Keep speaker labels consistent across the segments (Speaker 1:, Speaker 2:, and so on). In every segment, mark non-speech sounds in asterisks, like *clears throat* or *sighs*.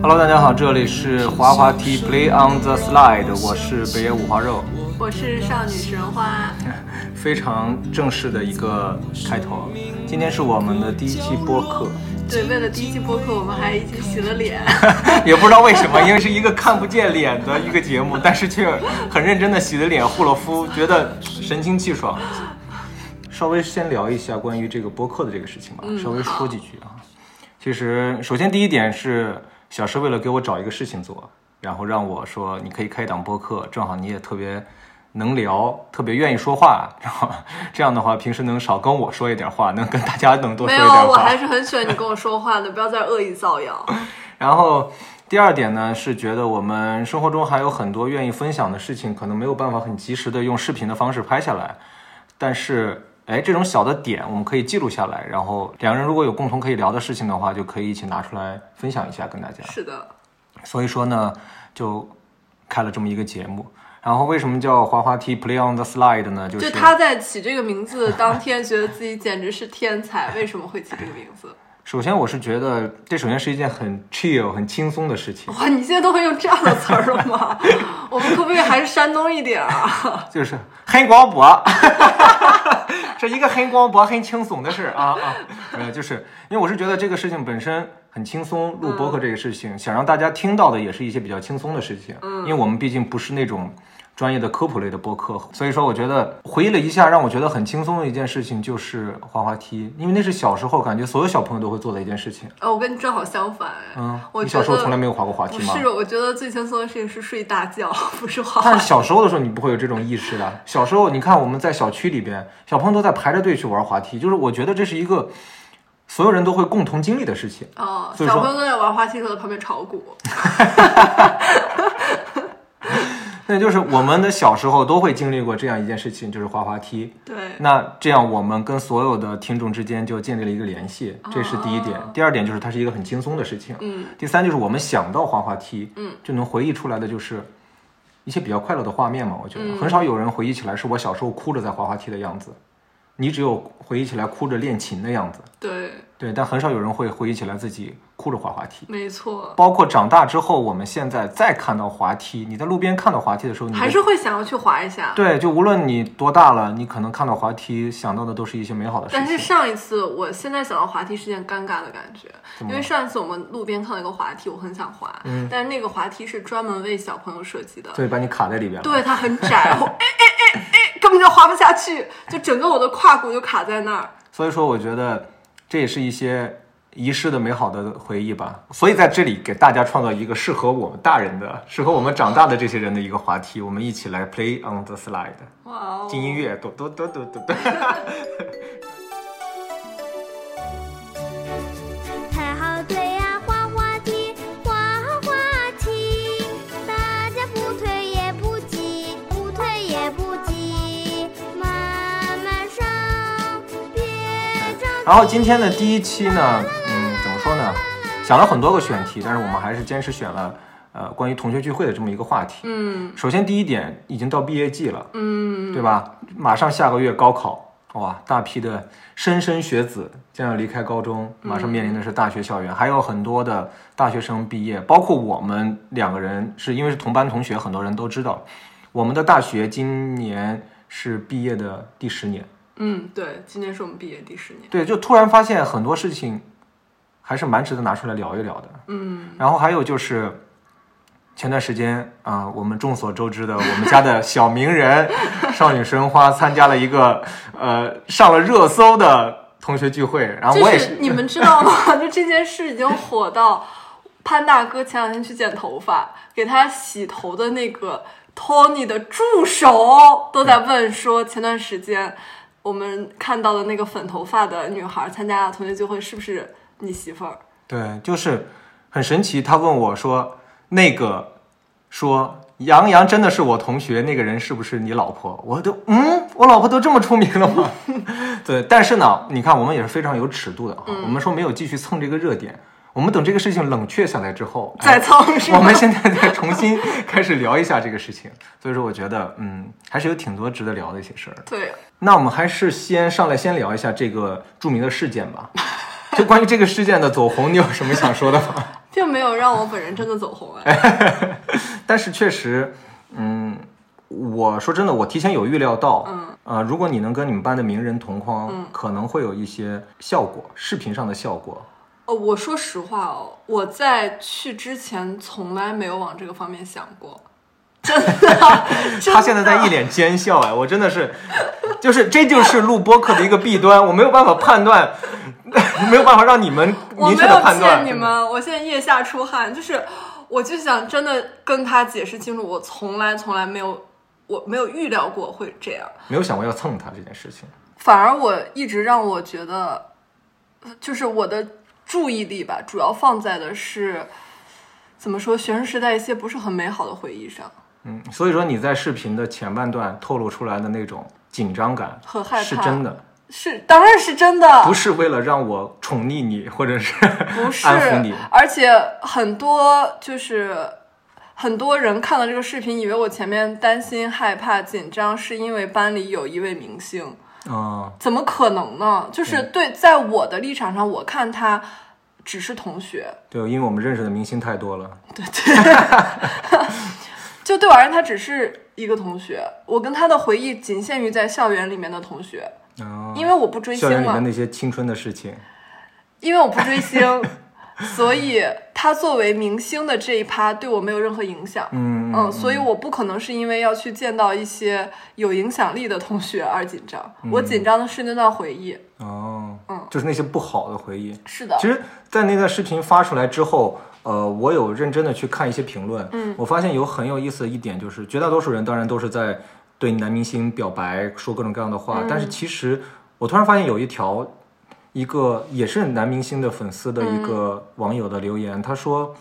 Speaker 1: Hello，大家好，这里是滑滑梯 Play on the Slide，我是北野五花肉，
Speaker 2: 我是少女神话，
Speaker 1: 嗯非常正式的一个开头。今天是我们的第一期播客，
Speaker 2: 对，为了第一期播客，我们还一起洗了脸。
Speaker 1: 也不知道为什么，因为是一个看不见脸的一个节目，但是却很认真的洗了脸、护了肤，觉得神清气爽。稍微先聊一下关于这个播客的这个事情吧，
Speaker 2: 嗯
Speaker 1: 稍微说几句啊。其实，首先第一点是小石为了给我找一个事情做，然后让我说你可以开一档播客，正好你也特别能聊，特别愿意说话，然后这样的话，平时能少跟我说一点话，能跟大家 *laughs* 能多说
Speaker 2: 没
Speaker 1: 一
Speaker 2: 有，
Speaker 1: 点话。
Speaker 2: 我还是很喜欢你跟我说话的，不要再恶意造谣。
Speaker 1: 然后第二点呢，是觉得我们生活中还有很多愿意分享的事情，可能没有办法很及时的用视频的方式拍下来，但是。哎，这种小的点我们可以记录下来，然后两个人如果有共同可以聊的事情的话，就可以一起拿出来分享一下，跟大家。
Speaker 2: 是的，
Speaker 1: 所以说呢，就开了这么一个节目。然后为什么叫滑滑梯 Play on the Slide 呢？就是
Speaker 2: 就他在起这个名字当天，觉得自己简直是天才，为什么会起这个名字？
Speaker 1: 首先我是觉得这首先是一件很 chill、很轻松的事情，
Speaker 2: 哇，你现在都会用这样的词儿了
Speaker 1: *laughs*
Speaker 2: 吗？我们可不可以还是山东一点啊？
Speaker 1: 就是很广博， *laughs* 这一个很广博、很轻松的事儿啊啊，呃，就是因为我是觉得这个事情本身很轻松，录播
Speaker 2: 嗯
Speaker 1: 客这个事情，想让大家听到的也是一些比较轻松的事情，嗯，因为我们毕竟不是那种。专业的科普类的播客，所以说我觉得回忆了一下，让我觉得很轻松的一件事情就是滑滑梯，因为那是小时候感觉所有小朋友都会做的一件事情。
Speaker 2: 呃，我跟你正好相反，哎
Speaker 1: 嗯，
Speaker 2: 我
Speaker 1: 你
Speaker 2: 觉
Speaker 1: 小
Speaker 2: 得
Speaker 1: 时候从来没有滑过滑
Speaker 2: 不
Speaker 1: 梯吗？
Speaker 2: 是，我觉得最轻松的事情是睡大觉， *laughs* 不
Speaker 1: *laughs*
Speaker 2: 是滑滑
Speaker 1: 但是小时候的时候，你不会有这种意识的。小时候，你看我们在小区里边，小朋友都在排着队去玩滑梯，就是我觉得这是一个所有人都会共同经历的事情。
Speaker 2: 哦，
Speaker 1: 所以
Speaker 2: 小
Speaker 1: 说
Speaker 2: 朋友都在玩滑梯的时候在旁边炒股，
Speaker 1: 那就是我们的小时候都会经历过这样一件事情，就是滑滑梯。
Speaker 2: 对，
Speaker 1: 那这样，我们跟所有的听众之间就建立了一个联系，这是第一点。第二点就是它是一个很轻松的事情。
Speaker 2: 嗯，
Speaker 1: 第三就是我们想到滑滑梯，嗯，就能回忆出来的就是一些比较快乐的画面嘛。我觉得、
Speaker 2: 嗯
Speaker 1: 很少有人回忆起来是我小时候哭着在滑滑梯的样子，你只有回忆起来哭着练琴的样子，
Speaker 2: 对，
Speaker 1: 对。但很少有人会回忆起来自己哭着滑滑梯。
Speaker 2: 没错，
Speaker 1: 包括长大之后，我们现在再看到滑梯，你在路边看到滑梯的时候，你的
Speaker 2: 还是会想要去滑一下。
Speaker 1: 对，就无论你多大了，你可能看到滑梯想到的都是一些美好的事情。
Speaker 2: 但是上一次，我现在想到滑梯是件尴尬的感觉，因为上一次我们路边看到一个滑梯，我很想滑，但是那个滑梯是专门为小朋友设计的，
Speaker 1: 所以把你卡在里边了。
Speaker 2: 对，它很窄，我哎哎哎哎，根本就滑不下去，就整个我的胯骨就卡在那儿。
Speaker 1: 所以说我觉得这也是一些遗失的美好的回忆吧。所以在这里给大家创造一个适合我们大人的、适合我们长大的这些人的一个滑梯，我们一起来 play on the slide，
Speaker 2: 哇哦！
Speaker 1: 听音乐，嘟嘟嘟嘟嘟嘟。
Speaker 3: 排好队呀、滑滑梯，滑滑梯，大家不推也不挤，不推也不挤，慢慢上，别着
Speaker 1: 然后今天的第一期呢，嗯，怎么说呢？想了很多个选题，但是我们还是坚持选了呃关于同学聚会的这么一个话题。
Speaker 2: 嗯
Speaker 1: 首先第一点，已经到毕业季了，
Speaker 2: 嗯，
Speaker 1: 对吧？马上下个月高考，哇，大批的莘莘学子将要离开高中，
Speaker 2: 嗯
Speaker 1: 马上面临的是大学校园，还有很多的大学生毕业，包括我们两个人是因为是同班同学，很多人都知道，我们的大学今年是毕业的第十年，
Speaker 2: 嗯，对，今年是我们毕业第十年。
Speaker 1: 对，就突然发现很多事情还是蛮值得拿出来聊一聊的。
Speaker 2: 嗯，
Speaker 1: 然后还有就是，前段时间啊、我们众所周知的，我们家的小名人少女申花参加了一个呃上了热搜的同学聚会，然啊后我也
Speaker 2: 就是是你们知道吗？ *laughs* 就这件事已经火到潘大哥前两天去剪头发，给他洗头的那个 Tony 的助手都在问说，前段时间我们看到的那个粉头发的女孩参加同学聚会，是不是你媳妇儿？
Speaker 1: 对，就是很神奇。他问我说：“那个说杨洋真的是我同学，那个人是不是你老婆？”我都嗯，我老婆都这么出名了吗？ *laughs* 对，但是呢，你看我们也是非常有尺度的啊。
Speaker 2: 嗯
Speaker 1: 我们说没有继续蹭这个热点，我们等这个事情冷却下来之后，哎
Speaker 2: 在蹭是
Speaker 1: 我
Speaker 2: 吗？
Speaker 1: 们现在再重新开始聊一下这个事情。所以说，我觉得嗯，还是有挺多值得聊的一些事儿的。
Speaker 2: 对，
Speaker 1: 那我们还是先上来先聊一 *laughs* 下这个著名的事件吧。就关于这个事件的走红，你有什么想说的吗？
Speaker 2: 这并没有让我本人真的走红哎。
Speaker 1: *laughs* 但是确实，嗯，我说真的，我提前有预料到，
Speaker 2: 嗯，
Speaker 1: 呃，如果你能跟你们班的名人同框，可能会有一些效果，视频上的效果。
Speaker 2: 哦，我说实话哦，我在去之前从来没有往这个方面想过，
Speaker 1: *laughs*
Speaker 2: 真的。真
Speaker 1: 他现在在
Speaker 2: 的
Speaker 1: 一脸奸笑，哎，我真的是，就是这就是录播客的一个弊端，我没有办法判断， *laughs* 没有办法让你们明
Speaker 2: 我没
Speaker 1: 确的
Speaker 2: 有
Speaker 1: 判断。
Speaker 2: 骗你们，我现在腋下出汗，就是我就想真的跟他解释清楚，我从来从来没有，我没有预料过会这样，
Speaker 1: 没有想过要蹭他这件事情。
Speaker 2: 反而我一直让我觉得，呃就是我的注意力吧，主要放在的是怎么说学生时代一些不是很美好的回忆上。
Speaker 1: 嗯，所以说你在视频的前半段透露出来的那种紧张感
Speaker 2: 和害怕
Speaker 1: 是真的，
Speaker 2: 是，当然是真的，
Speaker 1: 不是为了让我宠溺你，或者是
Speaker 2: 不
Speaker 1: *laughs*
Speaker 2: 是
Speaker 1: 安抚你。，
Speaker 2: 而且很多就是很多人看了这个视频，以为我前面担心、害怕、紧张，是因为班里有一位明星，
Speaker 1: 嗯，
Speaker 2: 怎么可能呢？就是对，在我的立场上，我看他只是同学，
Speaker 1: 对，因为我们认识的明星太多了。
Speaker 2: 就对我而言，他只是一个同学，我跟他的回忆仅限于在校园里面的同学，
Speaker 1: 嗯，
Speaker 2: 因为我不追
Speaker 1: 校园
Speaker 2: 星
Speaker 1: 里面
Speaker 2: 嘛，
Speaker 1: 那些青春的事情，
Speaker 2: 因为我不追星。所以他作为明星的这一趴对我没有任何影响，
Speaker 1: 嗯
Speaker 2: 嗯，所以我不可能是因为要去见到一些有影响力的同学而紧张，
Speaker 1: 嗯
Speaker 2: 我紧张的是那段回忆。
Speaker 1: 哦，
Speaker 2: 嗯
Speaker 1: 就是那些不好的回忆。
Speaker 2: 是的
Speaker 1: 其，实，在那段视频发出来之后，呃，我有认真的去看一些评论，嗯，我发现有很有意思的一点就是，绝大多数人当然都是在对男明星表白，说各种各样的话，但是其实我突然发现有一条，一个也是男明星的粉丝的一个网友的留言，他说。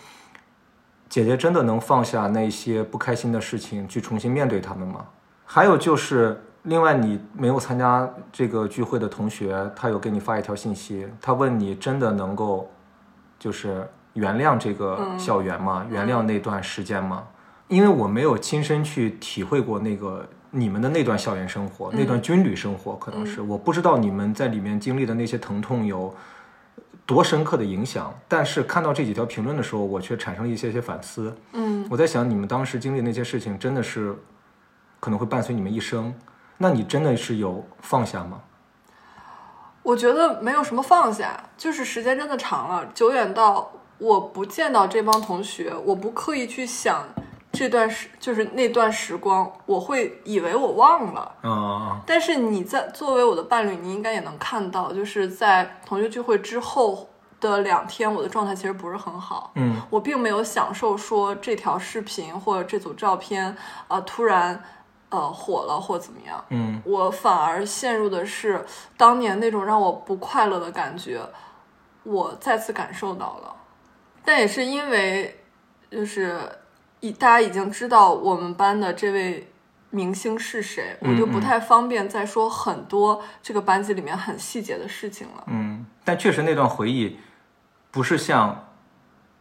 Speaker 1: 姐姐真的能放下那些不开心的事情，去重新面对他们吗？还有就是，另外你没有参加这个聚会的同学，他有给你发一条信息，他问你真的能够就是原谅这个校园吗？原谅那段时间吗？因为我没有亲身去体会过那个你们的那段校园生
Speaker 2: 嗯
Speaker 1: 活，那段军旅生活，可能是、我不知道你们在里面经历的那些疼痛有多深刻的影响。但是看到这几条评论的时候，我却产生了一些些反思。
Speaker 2: 嗯，
Speaker 1: 我在想，你们当时经历那些事情，真的是可能会伴随你们一生。那你真的是有放下吗？
Speaker 2: 我觉得没有什么放下，就是时间真的长了，久远到我不见到这帮同学，我不刻意去想这段时，就是那段时光，我会以为我忘了。
Speaker 1: 啊、啊
Speaker 2: 但是你在作为我的伴侣，你应该也能看到，就是在同学聚会之后的两天，我的状态其实不是很好。
Speaker 1: 嗯
Speaker 2: 我并没有享受说这条视频或者这组照片啊、呃突然呃火了或怎么样，
Speaker 1: 嗯
Speaker 2: 我反而陷入的是当年那种让我不快乐的感觉，我再次感受到了。但也是因为就是已大家已经知道我们班的这位。明星是谁，我
Speaker 1: 嗯
Speaker 2: 就
Speaker 1: 嗯
Speaker 2: 不太方便再说很多这个班级里面很细节的事情了。
Speaker 1: 嗯。但确实那段回忆，不是像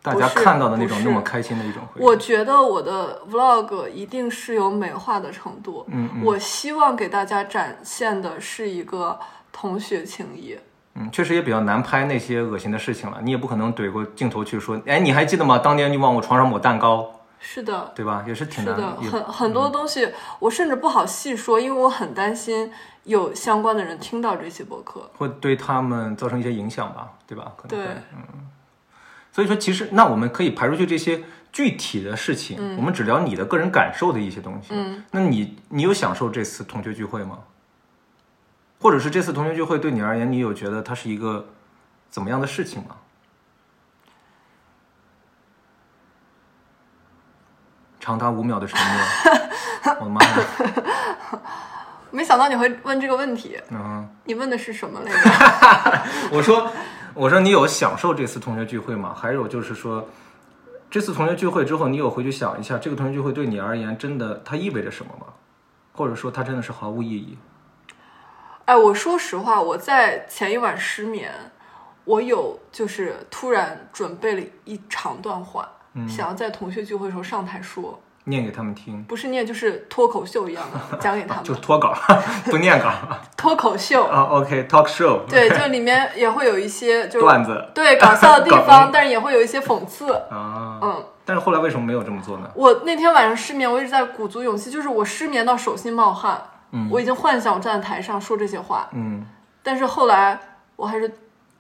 Speaker 1: 大家
Speaker 2: 不是
Speaker 1: 看到的那种
Speaker 2: 不是
Speaker 1: 那么开心的一种回忆。
Speaker 2: 我觉得我的 vlog 一定是有美化的程度，
Speaker 1: 嗯嗯
Speaker 2: 我希望给大家展现的是一个同学情谊。
Speaker 1: 嗯，确实也比较难拍那些恶心的事情了。你也不可能怼过镜头去说，哎，你还记得吗？当年你往我床上抹蛋糕，
Speaker 2: 是的，
Speaker 1: 对吧？也是挺
Speaker 2: 是
Speaker 1: 难，
Speaker 2: 的， *laughs*
Speaker 1: 也嗯
Speaker 2: 很很多东西我甚至不好细说，因为我很担心有相关的人听到这期博客。
Speaker 1: 会对他们造成一些影响吧，对吧？可能
Speaker 2: 对
Speaker 1: 会，嗯。所以说，其实那我们可以排除去这些具体的事情，我们只聊你的个人感受的一些东西。
Speaker 2: 嗯，
Speaker 1: 那你你有享受这次同学聚会吗？或者是这次同学聚会对你而言，你有觉得它是一个怎么样的事情吗？长达五秒的沉
Speaker 2: *laughs*
Speaker 1: 默，我的妈呀！
Speaker 2: 没想到你会问这个问题，
Speaker 1: 嗯。
Speaker 2: 你问的是什么来着？
Speaker 1: *laughs*
Speaker 2: *laughs*
Speaker 1: 我说，我说你有享受这次同学聚会吗？还有就是说，这次同学聚会之后，你有回去想一下，这个同学聚会对你而言，真的它意味着什么吗？或者说它真的是毫无意义？
Speaker 2: 哎，我说实话，我在前一晚失眠，我有就是突然准备了一长段话，想要在同学聚会时候上台说。
Speaker 1: 嗯念给他们听，
Speaker 2: 不是念就是脱口秀一样的讲给他
Speaker 1: 啊就是
Speaker 2: 们。
Speaker 1: 脱稿， *laughs* 不念稿啊。
Speaker 2: 脱口秀，
Speaker 1: OK，talk show，
Speaker 2: *laughs* 对，就里面也会有一些就是
Speaker 1: 段子
Speaker 2: 对搞笑的
Speaker 1: *laughs*
Speaker 2: 地
Speaker 1: 搞
Speaker 2: 方，但是也会有一些讽刺。
Speaker 1: 啊。
Speaker 2: 嗯，
Speaker 1: 但是后来为什么没有这么做呢？
Speaker 2: 我那天晚上失眠，我一直在鼓足勇气，就是我失眠到手心冒汗，
Speaker 1: 嗯
Speaker 2: 我已经幻想站在台上说这些话，
Speaker 1: 嗯
Speaker 2: 但是后来我还是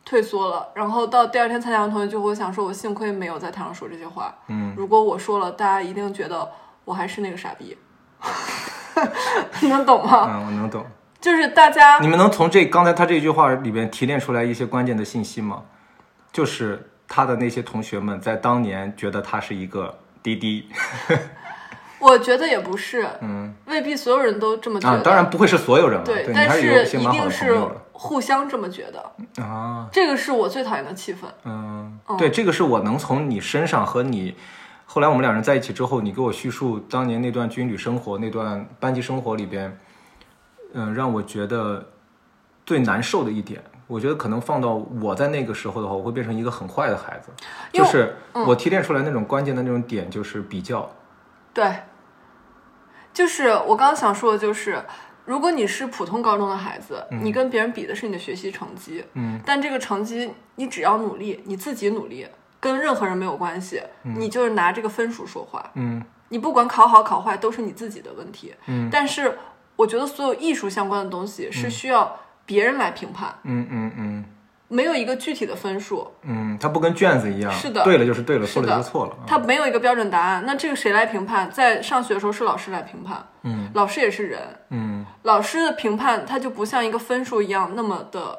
Speaker 2: 退缩了。然后到第二天参加完同学聚会，我想说，我幸亏没有在台上说这些话，
Speaker 1: 嗯，
Speaker 2: 如果我说了，大家一定觉得我还是那个傻逼， *laughs* 你能懂吗？
Speaker 1: 嗯，我能懂。
Speaker 2: 就是大家
Speaker 1: 你们能从这刚才他这句话里边提炼出来一些关键的信息吗？就是他的那些同学们在当年觉得他是一个滴滴，
Speaker 2: 我觉得也不是，
Speaker 1: 嗯
Speaker 2: 未必所有人都这么觉
Speaker 1: 啊
Speaker 2: 得。，
Speaker 1: 当然不会是所有人了，
Speaker 2: 对，
Speaker 1: 你
Speaker 2: 但
Speaker 1: 还是有一些
Speaker 2: 一
Speaker 1: 蛮好
Speaker 2: 定
Speaker 1: 的朋
Speaker 2: 是
Speaker 1: 友了
Speaker 2: 互相这么觉得。
Speaker 1: 啊，
Speaker 2: 这个是我最讨厌的气氛。
Speaker 1: 嗯，
Speaker 2: 嗯
Speaker 1: 对，这个是我能从你身上和你。后来我们两人在一起之后，你给我叙述当年那段军旅生活、那段班级生活里边，嗯、让我觉得最难受的一点，我觉得可能放到我在那个时候的话，我会变成一个很坏的孩子，
Speaker 2: 因
Speaker 1: 就
Speaker 2: 为
Speaker 1: 是
Speaker 2: 嗯
Speaker 1: 我提炼出来那种关键的那种点就是比较，
Speaker 2: 对，就是我刚刚想说的，就是如果你是普通高中的孩子，你跟别人比的是你的学习成绩，
Speaker 1: 嗯，
Speaker 2: 但这个成绩你只要努力，你自己努力，跟任何人没有关系，你就是拿这个分数说话，
Speaker 1: 嗯
Speaker 2: 你不管考好考坏都是你自己的问题。
Speaker 1: 嗯
Speaker 2: 但是我觉得所有艺术相关的东西是需要别人来评判，
Speaker 1: 嗯嗯嗯
Speaker 2: 没有一个具体的分数，
Speaker 1: 嗯，它不跟卷子一样，
Speaker 2: 是的
Speaker 1: 对了就是对了，
Speaker 2: 是
Speaker 1: 错
Speaker 2: 的
Speaker 1: 了就是错了，啊
Speaker 2: 它没有一个标准答案。那这个谁来评判？在上学的时候是老师来评判，
Speaker 1: 嗯
Speaker 2: 老师也是人，
Speaker 1: 嗯
Speaker 2: 老师的评判它就不像一个分数一样那么的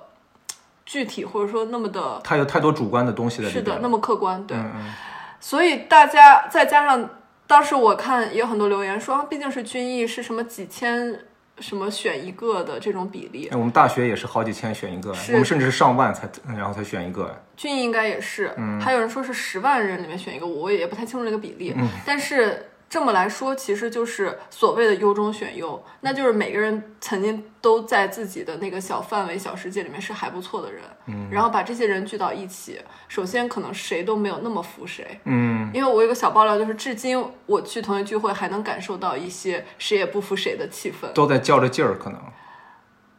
Speaker 2: 具体，或者说那么的
Speaker 1: 它有太多主观的东西在里
Speaker 2: 是
Speaker 1: 边，
Speaker 2: 的那么客观。对，
Speaker 1: 嗯嗯
Speaker 2: 所以大家再加上当时我看也有很多留言说，啊毕竟是军艺是什么几千什么选一个的这种比例
Speaker 1: 哎，，我们大学也是好几千选一个，
Speaker 2: 是
Speaker 1: 我们甚至是上万才，然后才选一个。
Speaker 2: 军艺应该也是，
Speaker 1: 嗯
Speaker 2: 还有人说是十万人里面选一个，我也不太清楚这个比例，
Speaker 1: 嗯
Speaker 2: 但是。这么来说，其实就是所谓的优中选优，那就是每个人曾经都在自己的那个小范围、小世界里面是还不错的人，嗯，然后把这些人聚到一起，首先可能谁都没有那么服谁，
Speaker 1: 嗯，
Speaker 2: 因为我有一个小爆料，就是至今我去同学聚会还能感受到一些谁也不服谁的气氛，
Speaker 1: 都在较着劲儿，可能。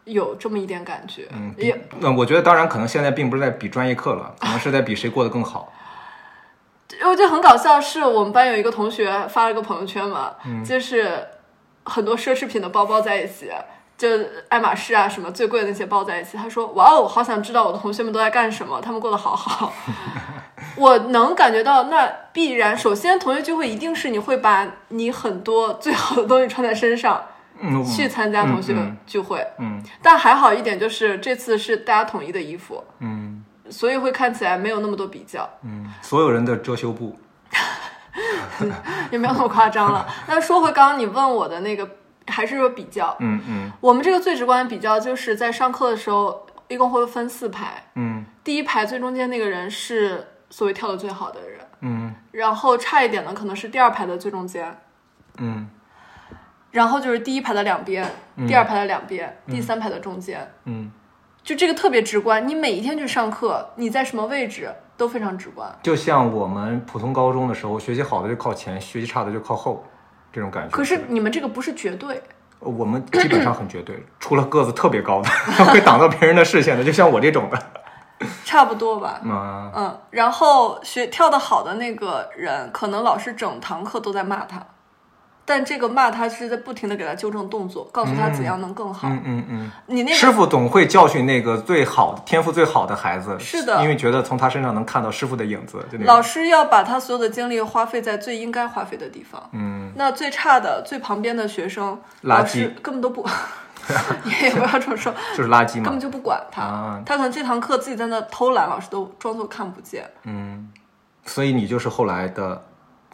Speaker 2: 有这么一点感觉，
Speaker 1: 嗯，比
Speaker 2: 也
Speaker 1: 那我觉得当然可能现在并不是在比专业课了，可能是在比谁过得更好。
Speaker 2: 我觉得很搞笑，是我们班有一个同学发了个朋友圈嘛，
Speaker 1: 嗯
Speaker 2: 就是很多奢侈品的包包在一起，就爱马仕啊什么最贵的那些包在一起。他说：“哇哦，好想知道我的同学们都在干什么，他们过得
Speaker 1: *laughs*
Speaker 2: 好好。”我能感觉到，那必然首先同学聚会一定是你会把你很多最好的东西穿在身上
Speaker 1: 嗯，
Speaker 2: *laughs* 去参加同学聚会，
Speaker 1: 嗯
Speaker 2: 但还好一点就是这次是大家统一的衣服，
Speaker 1: 嗯
Speaker 2: 所以会看起来没有那么多比较。
Speaker 1: 嗯，所有人的遮羞布。
Speaker 2: 也没有那么夸张了。那说回刚刚你问我的那个，还是说比较，
Speaker 1: 嗯嗯
Speaker 2: 我们这个最直观的比较就是在上课的时候，一共会分四排，
Speaker 1: 嗯
Speaker 2: 第一排最中间那个人是所谓跳的最好的人，
Speaker 1: 嗯
Speaker 2: 然后差一点的可能是第二排的最中间，
Speaker 1: 嗯
Speaker 2: 然后就是第一排的两边，第二排的两边，第三排的中间。
Speaker 1: 嗯，
Speaker 2: 就这个特别直观，你每一天去上课，你在什么位置都非常直观。
Speaker 1: 就像我们普通高中的时候，学习好的就靠前，学习差的就靠后，这种感觉。呃
Speaker 2: 可是你们这个不是绝对，
Speaker 1: 我们基本上很绝对，除了个子特别高的 *laughs* 会挡到别人的视线的，就像我这种的。
Speaker 2: 差不多吧？
Speaker 1: 啊，
Speaker 2: 嗯，然后学跳得好的那个人，可能老师整堂课都在骂他，但这个骂他是在不停的给他纠正动作，告诉他怎样能更好。
Speaker 1: 嗯嗯嗯。
Speaker 2: 你那
Speaker 1: 师
Speaker 2: 个
Speaker 1: 傅总会教训那个最好的天赋最好的孩子，
Speaker 2: 是的
Speaker 1: 因为觉得从他身上能看到师傅的影子，就那
Speaker 2: 老
Speaker 1: 种。
Speaker 2: 师要把他所有的精力花费在最应该花费的地方。
Speaker 1: 嗯，
Speaker 2: 那最差的、最旁边的学生，
Speaker 1: 垃圾
Speaker 2: 老师根本都
Speaker 1: *laughs*
Speaker 2: 不，你也不要这么说，
Speaker 1: 就是垃圾
Speaker 2: 根本
Speaker 1: 嘛。
Speaker 2: 就不管他。
Speaker 1: 啊
Speaker 2: 他可能这堂课自己在那偷懒，老师都装作看不见。
Speaker 1: 嗯，所以你就是后来的，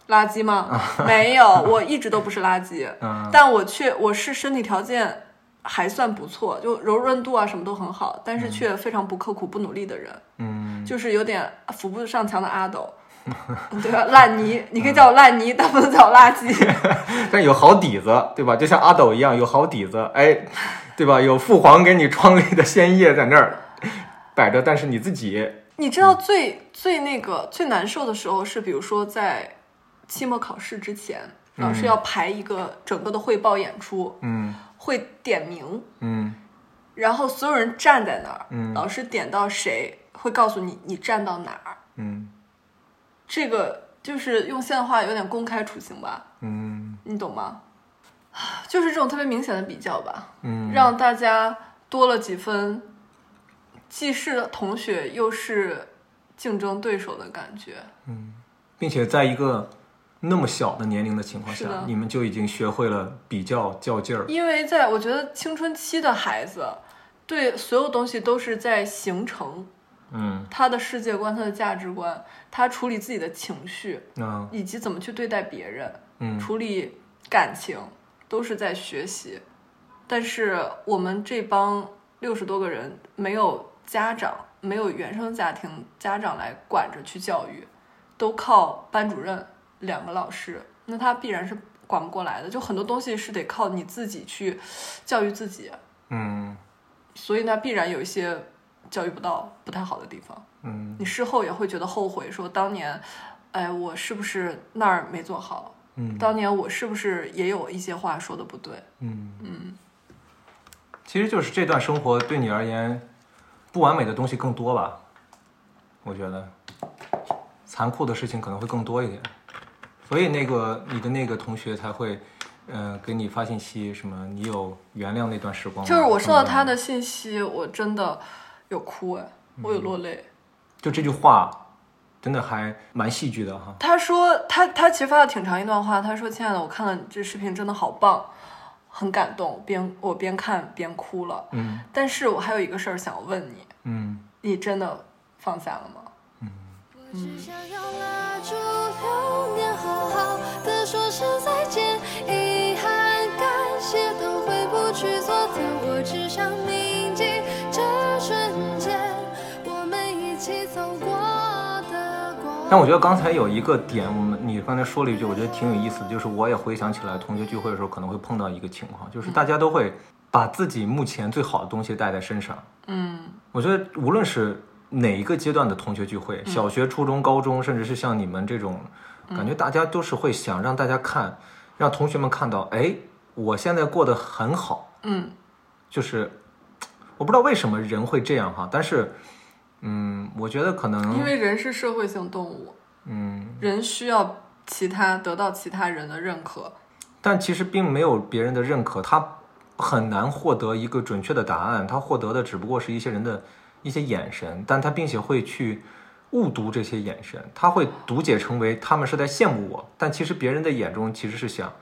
Speaker 2: 垃
Speaker 1: *laughs*
Speaker 2: 圾吗？没有，我一直都不是垃圾，
Speaker 1: 嗯
Speaker 2: 但我却我是身体条件还算不错，就柔韧度啊什么都很好，但是却非常不刻苦、不努力的人，
Speaker 1: 嗯，
Speaker 2: 就是有点扶不上墙的阿斗， *laughs* 对吧？烂泥，你可以叫我烂泥，但不能叫我垃
Speaker 1: 嗯
Speaker 2: 圾。
Speaker 1: 但有好底子，对吧？就像阿斗一样有好底子，哎，对吧？有父皇给你创立的先业在那儿摆着，但是你自己，
Speaker 2: 你知道最最那个最难受的时候是，比如说在期末考试之前，老师要排一个整个的汇报演出，
Speaker 1: 嗯
Speaker 2: 会点名，
Speaker 1: 嗯
Speaker 2: 然后所有人站在那儿，
Speaker 1: 嗯
Speaker 2: 老师点到谁会告诉你你站到哪儿，
Speaker 1: 嗯
Speaker 2: 这个就是用现在话有点公开处刑吧，
Speaker 1: 嗯
Speaker 2: 你懂吗？ *sighs* 就是这种特别明显的比较吧，
Speaker 1: 嗯，
Speaker 2: 让大家多了几分，既是同学又是竞争对手的感觉。
Speaker 1: 嗯并且在一个那么小的年龄的情况
Speaker 2: 是
Speaker 1: 下
Speaker 2: 的，
Speaker 1: 你们就已经学会了比较较劲儿。
Speaker 2: 因为在我觉得青春期的孩子，对所有东西都是在形成
Speaker 1: 嗯，
Speaker 2: 他的世界观、他的价值观，他处理自己的情绪，
Speaker 1: 那
Speaker 2: 以及怎么去对待别人，
Speaker 1: 嗯
Speaker 2: 处理感情，都是在学习。但是我们这帮六十多个人，没有家长，没有原生家庭家长来管着去教育，都靠班主任两个老师，那他必然是管不过来的。就很多东西是得靠你自己去教育自己，
Speaker 1: 嗯
Speaker 2: 所以呢，必然有一些教育不到不太好的地方。
Speaker 1: 嗯
Speaker 2: 你事后也会觉得后悔，说当年，哎，我是不是那儿没做好？
Speaker 1: 嗯
Speaker 2: 当年我是不是也有一些话说的不对？
Speaker 1: 嗯嗯，其实就是这段生活对你而言，不完美的东西更多吧？我觉得残酷的事情可能会更多一点，所以那个你的那个同学才会。嗯，给你发信息什么？你有原谅那段时光吗？
Speaker 2: 就是我收到
Speaker 1: 什么
Speaker 2: 他的信息，我真的有哭哎，我有落泪。
Speaker 1: 就这句话，真的还蛮戏剧的哈。
Speaker 2: 他说他他其实发了挺长一段话，他说：“亲爱的，我看了你这视频真的好棒，很感动，边我边看边哭了。
Speaker 1: 嗯
Speaker 2: 但是我还有一个事儿想问你，
Speaker 1: 嗯
Speaker 2: 你真的放下了吗？
Speaker 4: 我只想要拉住流年，好好的说声再见，遗憾、感谢都回不去昨天。我只想铭记这瞬间，我们一起走过的光。
Speaker 1: 但我觉得刚才有一个点，我们你刚才说了一句，我觉得挺有意思的，就是我也回想起来，同学聚会的时候可能会碰到一个情况，就是大家都会把自己目前最好的东西带在身上。
Speaker 2: 嗯
Speaker 1: 我觉得无论是哪一个阶段的同学聚会，小学、初中、高中，甚至是像你们这种，感觉大家都是会想让大家看，让同学们看到，哎，我现在过得很好，
Speaker 2: 嗯，
Speaker 1: 就是我不知道为什么人会这样哈，但是，嗯，我觉得可能
Speaker 2: 因为人是社会性动物，
Speaker 1: 嗯，
Speaker 2: 人需要其他得到其他人的认可。
Speaker 1: 但其实并没有别人的认可，他很难获得一个准确的答案，他获得的只不过是一些人的一些眼神，但他并且会去。误读这些眼神，他会读解成为他们是在羡慕我，但其实别人的眼中其实是想，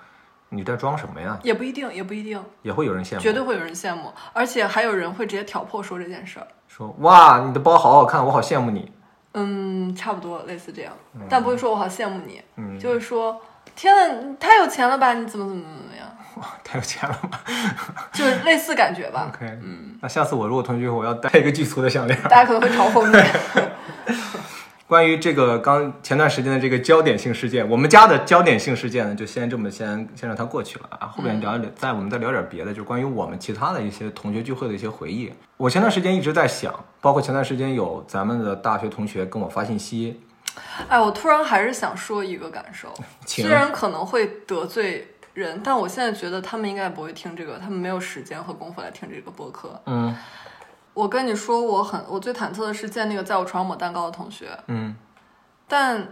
Speaker 1: 你在装什么呀？
Speaker 2: 也不一定，也不一定，
Speaker 1: 也会有人羡慕，
Speaker 2: 绝对会有人羡慕，而且还有人会直接挑破说这件事儿。
Speaker 1: 说哇，你的包好好看，我好羡慕你。 *laughs*
Speaker 2: 嗯，差不多类似这样，但不会说我好羡慕你，
Speaker 1: 嗯
Speaker 2: 就是说天呐，你太有钱了吧，你怎么怎么怎么样，
Speaker 1: 哇，太有钱了吧
Speaker 2: 就是类似感
Speaker 1: *laughs*
Speaker 2: 觉吧。
Speaker 1: ？OK，嗯，那下次我如果同学，我要带一个巨粗的项链。
Speaker 2: 大家可能会嘲讽你，
Speaker 1: 关于这个刚前段时间的这个焦点性事件，我们家的焦点性事件呢，就先这么先先让它过去了啊。后面聊一聊，再我们再聊点别的，就是关于我们其他的一些同学聚会的一些回忆。我前段时间一直在想，包括前段时间有咱们的大学同学跟我发信息，
Speaker 2: 哎，我突然还是想说一个感受，
Speaker 1: 请
Speaker 2: 虽然可能会得罪人，但我现在觉得他们应该不会听这个，他们没有时间和功夫来听这个播客。
Speaker 1: 嗯
Speaker 2: 我跟你说，我很我最忐忑的是见那个在我床上抹蛋糕的同学，
Speaker 1: 嗯
Speaker 2: 但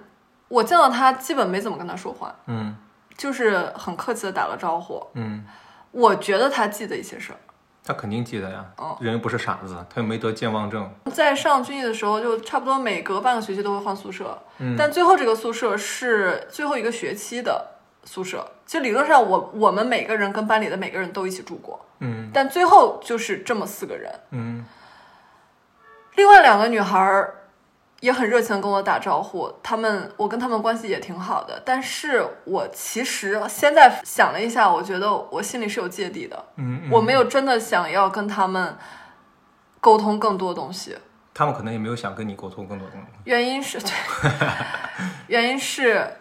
Speaker 2: 我见到他基本没怎么跟他说话，
Speaker 1: 嗯
Speaker 2: 就是很客气的打了招呼。
Speaker 1: 嗯，
Speaker 2: 我觉得他记得一些事儿。
Speaker 1: 他肯定记得呀
Speaker 2: 哦，
Speaker 1: 人又不是傻子，他又没得健忘症。
Speaker 2: 在上军艺的时候，就差不多每隔半个学期都会换宿舍，
Speaker 1: 嗯
Speaker 2: 但最后这个宿舍是最后一个学期的宿舍。其实理论上我，我们每个人跟班里的每个人都一起住过，
Speaker 1: 嗯
Speaker 2: 但最后就是这么四个人。
Speaker 1: 嗯
Speaker 2: 另外两个女孩儿也很热情的跟我打招呼，她们我跟她们关系也挺好的，但是我其实现在想了一下，我觉得我心里是有芥蒂的，
Speaker 1: 嗯，嗯
Speaker 2: 我没有真的想要跟她们沟通更多东西。
Speaker 1: 他们可能也没有想跟你沟通更多东西。
Speaker 2: 原因是，对，原因是，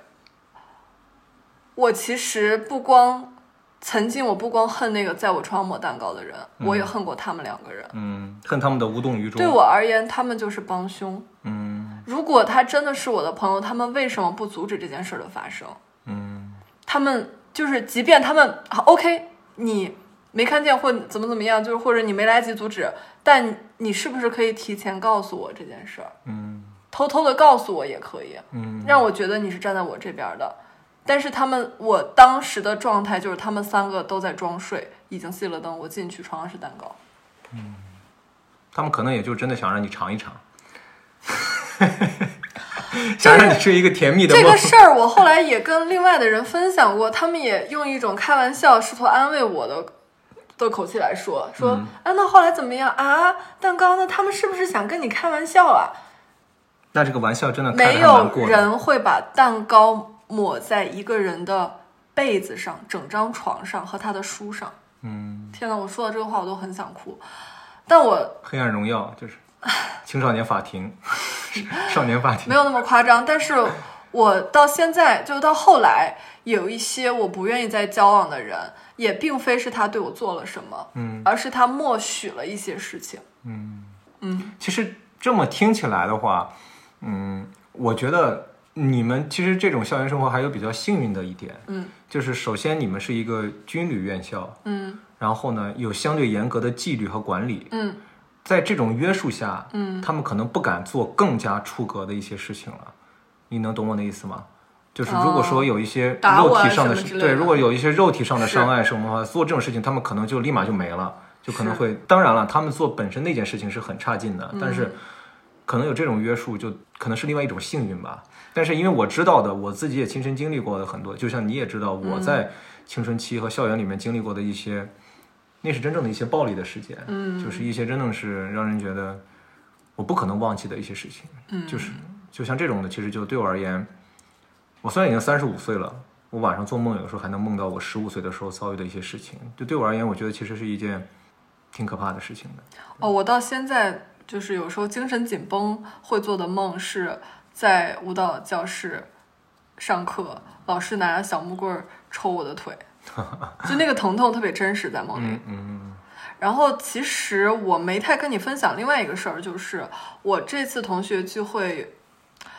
Speaker 2: 我其实不光曾经我不光恨那个在我床上抹蛋糕的人，我也恨过他们两个人。
Speaker 1: 嗯，恨他们的无动于衷。
Speaker 2: 对我而言，他们就是帮凶。
Speaker 1: 嗯
Speaker 2: 如果他真的是我的朋友，他们为什么不阻止这件事儿的发生？
Speaker 1: 嗯。
Speaker 2: 他们就是，即便他们啊 OK，你没看见或怎么怎么样，就是或者你没来得及阻止，但你是不是可以提前告诉我这件事儿？
Speaker 1: 嗯
Speaker 2: 偷偷的告诉我也可以，
Speaker 1: 嗯，
Speaker 2: 让我觉得你是站在我这边儿的。但是他们，我当时的状态就是他们三个都在装睡，已经熄了灯，我进去床上是蛋糕。
Speaker 1: 他们可能也就真的想让你尝一
Speaker 2: *laughs*
Speaker 1: 尝，想让你吃一个甜蜜的
Speaker 2: 这
Speaker 1: 梦。
Speaker 2: 个事儿我后来也跟另外的人分享过，他们也用一种开玩笑、试图安慰我的的口气来说，说、
Speaker 1: 嗯
Speaker 2: 啊，那后来怎么样啊？蛋糕呢？他们是不是想跟你开玩笑啊？
Speaker 1: 那这个玩笑真的开
Speaker 2: 没
Speaker 1: 的还蛮
Speaker 2: 有
Speaker 1: 过的。
Speaker 2: 人会把蛋糕抹在一个人的被子上、整张床上和他的书上。
Speaker 1: 嗯，
Speaker 2: 天哪，我说到这个话我都很想哭，但我
Speaker 1: 黑暗荣耀就是青少年法
Speaker 2: *laughs*
Speaker 1: 庭，少年法庭
Speaker 2: 没有那么夸张，但是我到现在，就到后来，有一些我不愿意再交往的人，也并非是他对我做了什么，
Speaker 1: 嗯
Speaker 2: 而是他默许了一些事情。
Speaker 1: 嗯。
Speaker 2: 嗯，
Speaker 1: 其实这么听起来的话，嗯，我觉得你们其实这种校园生活还有比较幸运的一点，
Speaker 2: 嗯，
Speaker 1: 就是首先你们是一个军旅院校，
Speaker 2: 嗯
Speaker 1: 然后呢有相对严格的纪律和管理，
Speaker 2: 嗯
Speaker 1: 在这种约束下，
Speaker 2: 嗯
Speaker 1: 他们可能不敢做更加出格的一些事情了。你能懂我的意思吗？就是如果说有一些
Speaker 2: 哦打我
Speaker 1: 肉
Speaker 2: 啊
Speaker 1: 体上的
Speaker 2: 什么之类的
Speaker 1: 对，如果有一些肉体上的
Speaker 2: 是
Speaker 1: 伤害什么的话，做这种事情他们可能就立马就没了，就可能
Speaker 2: 是嗯
Speaker 1: 会。当然了，他们做本身那件事情是很差劲的，但是可能有这种约束，就可能是另外一种幸运吧。但是因为我知道的，我自己也亲身经历过的很多，就像你也知道，我
Speaker 2: 嗯
Speaker 1: 在青春期和校园里面经历过的一些，那是真正的一些暴力的事件，
Speaker 2: 嗯
Speaker 1: 就是一些真正是让人觉得我不可能忘记的一些事情，
Speaker 2: 嗯，
Speaker 1: 就是就像这种的，其实就对我而言，我虽然已经三十五岁了，我晚上做梦有的时候还能梦到我十五岁的时候遭遇的一些事情，就对我而言，我觉得其实是一件挺可怕的事情的。
Speaker 2: 哦，我到现在就是有时候精神紧绷会做的梦是在舞蹈教室上课，老师拿着小木棍儿抽我的腿，就那个疼痛特别真实，在梦里。
Speaker 1: 嗯嗯
Speaker 2: 然后其实我没太跟你分享另外一个事儿，就是我这次同学聚会，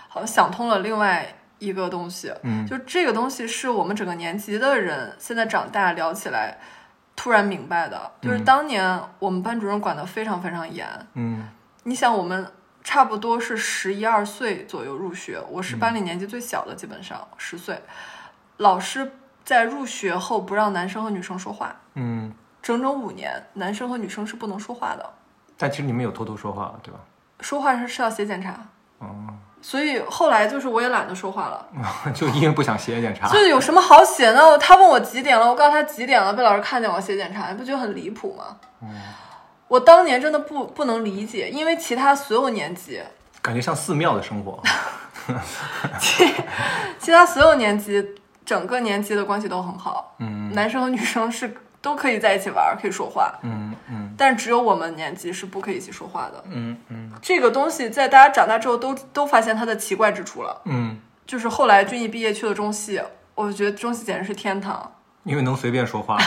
Speaker 2: 好像想通了另外一个东西，
Speaker 1: 嗯
Speaker 2: 就这个东西是我们整个年级的人现在长大聊起来突然明白的，就是
Speaker 1: 嗯
Speaker 2: 当年我们班主任管得非常非常严，
Speaker 1: 嗯
Speaker 2: 你想我们。差不多是十一二岁左右入学，我是
Speaker 1: 嗯
Speaker 2: 班里年纪最小的，基本上十岁。老师在入学后不让男生和女生说话，
Speaker 1: 嗯，
Speaker 2: 整整五年，男生和女生是不能说话的，
Speaker 1: 但其实你们有偷偷说话了，对吧？
Speaker 2: 说话是是要写检查。
Speaker 1: 哦，
Speaker 2: 所以后来就是我也懒得说话了，
Speaker 1: *laughs* 就因为不想写检查，
Speaker 2: 就是有什么好写呢？他问我几点了，我告诉他几点了，被老师看见我写检查，你不觉得很离谱吗？我当年真的不不能理解，因为其他所有年级，
Speaker 1: 感觉像寺庙的生活。 *laughs*
Speaker 2: 其他所有年级整个年级的关系都很好，
Speaker 1: 嗯
Speaker 2: 男生和女生是都可以在一起玩，可以说话，
Speaker 1: 嗯嗯
Speaker 2: 但只有我们年级是不可以一起说话的。
Speaker 1: 嗯嗯
Speaker 2: 这个东西在大家长大之后都都发现它的奇怪之处了。
Speaker 1: 嗯，
Speaker 2: 就是后来军艺毕业去了中戏，我觉得中戏简直是天堂，
Speaker 1: 因为能随便说话，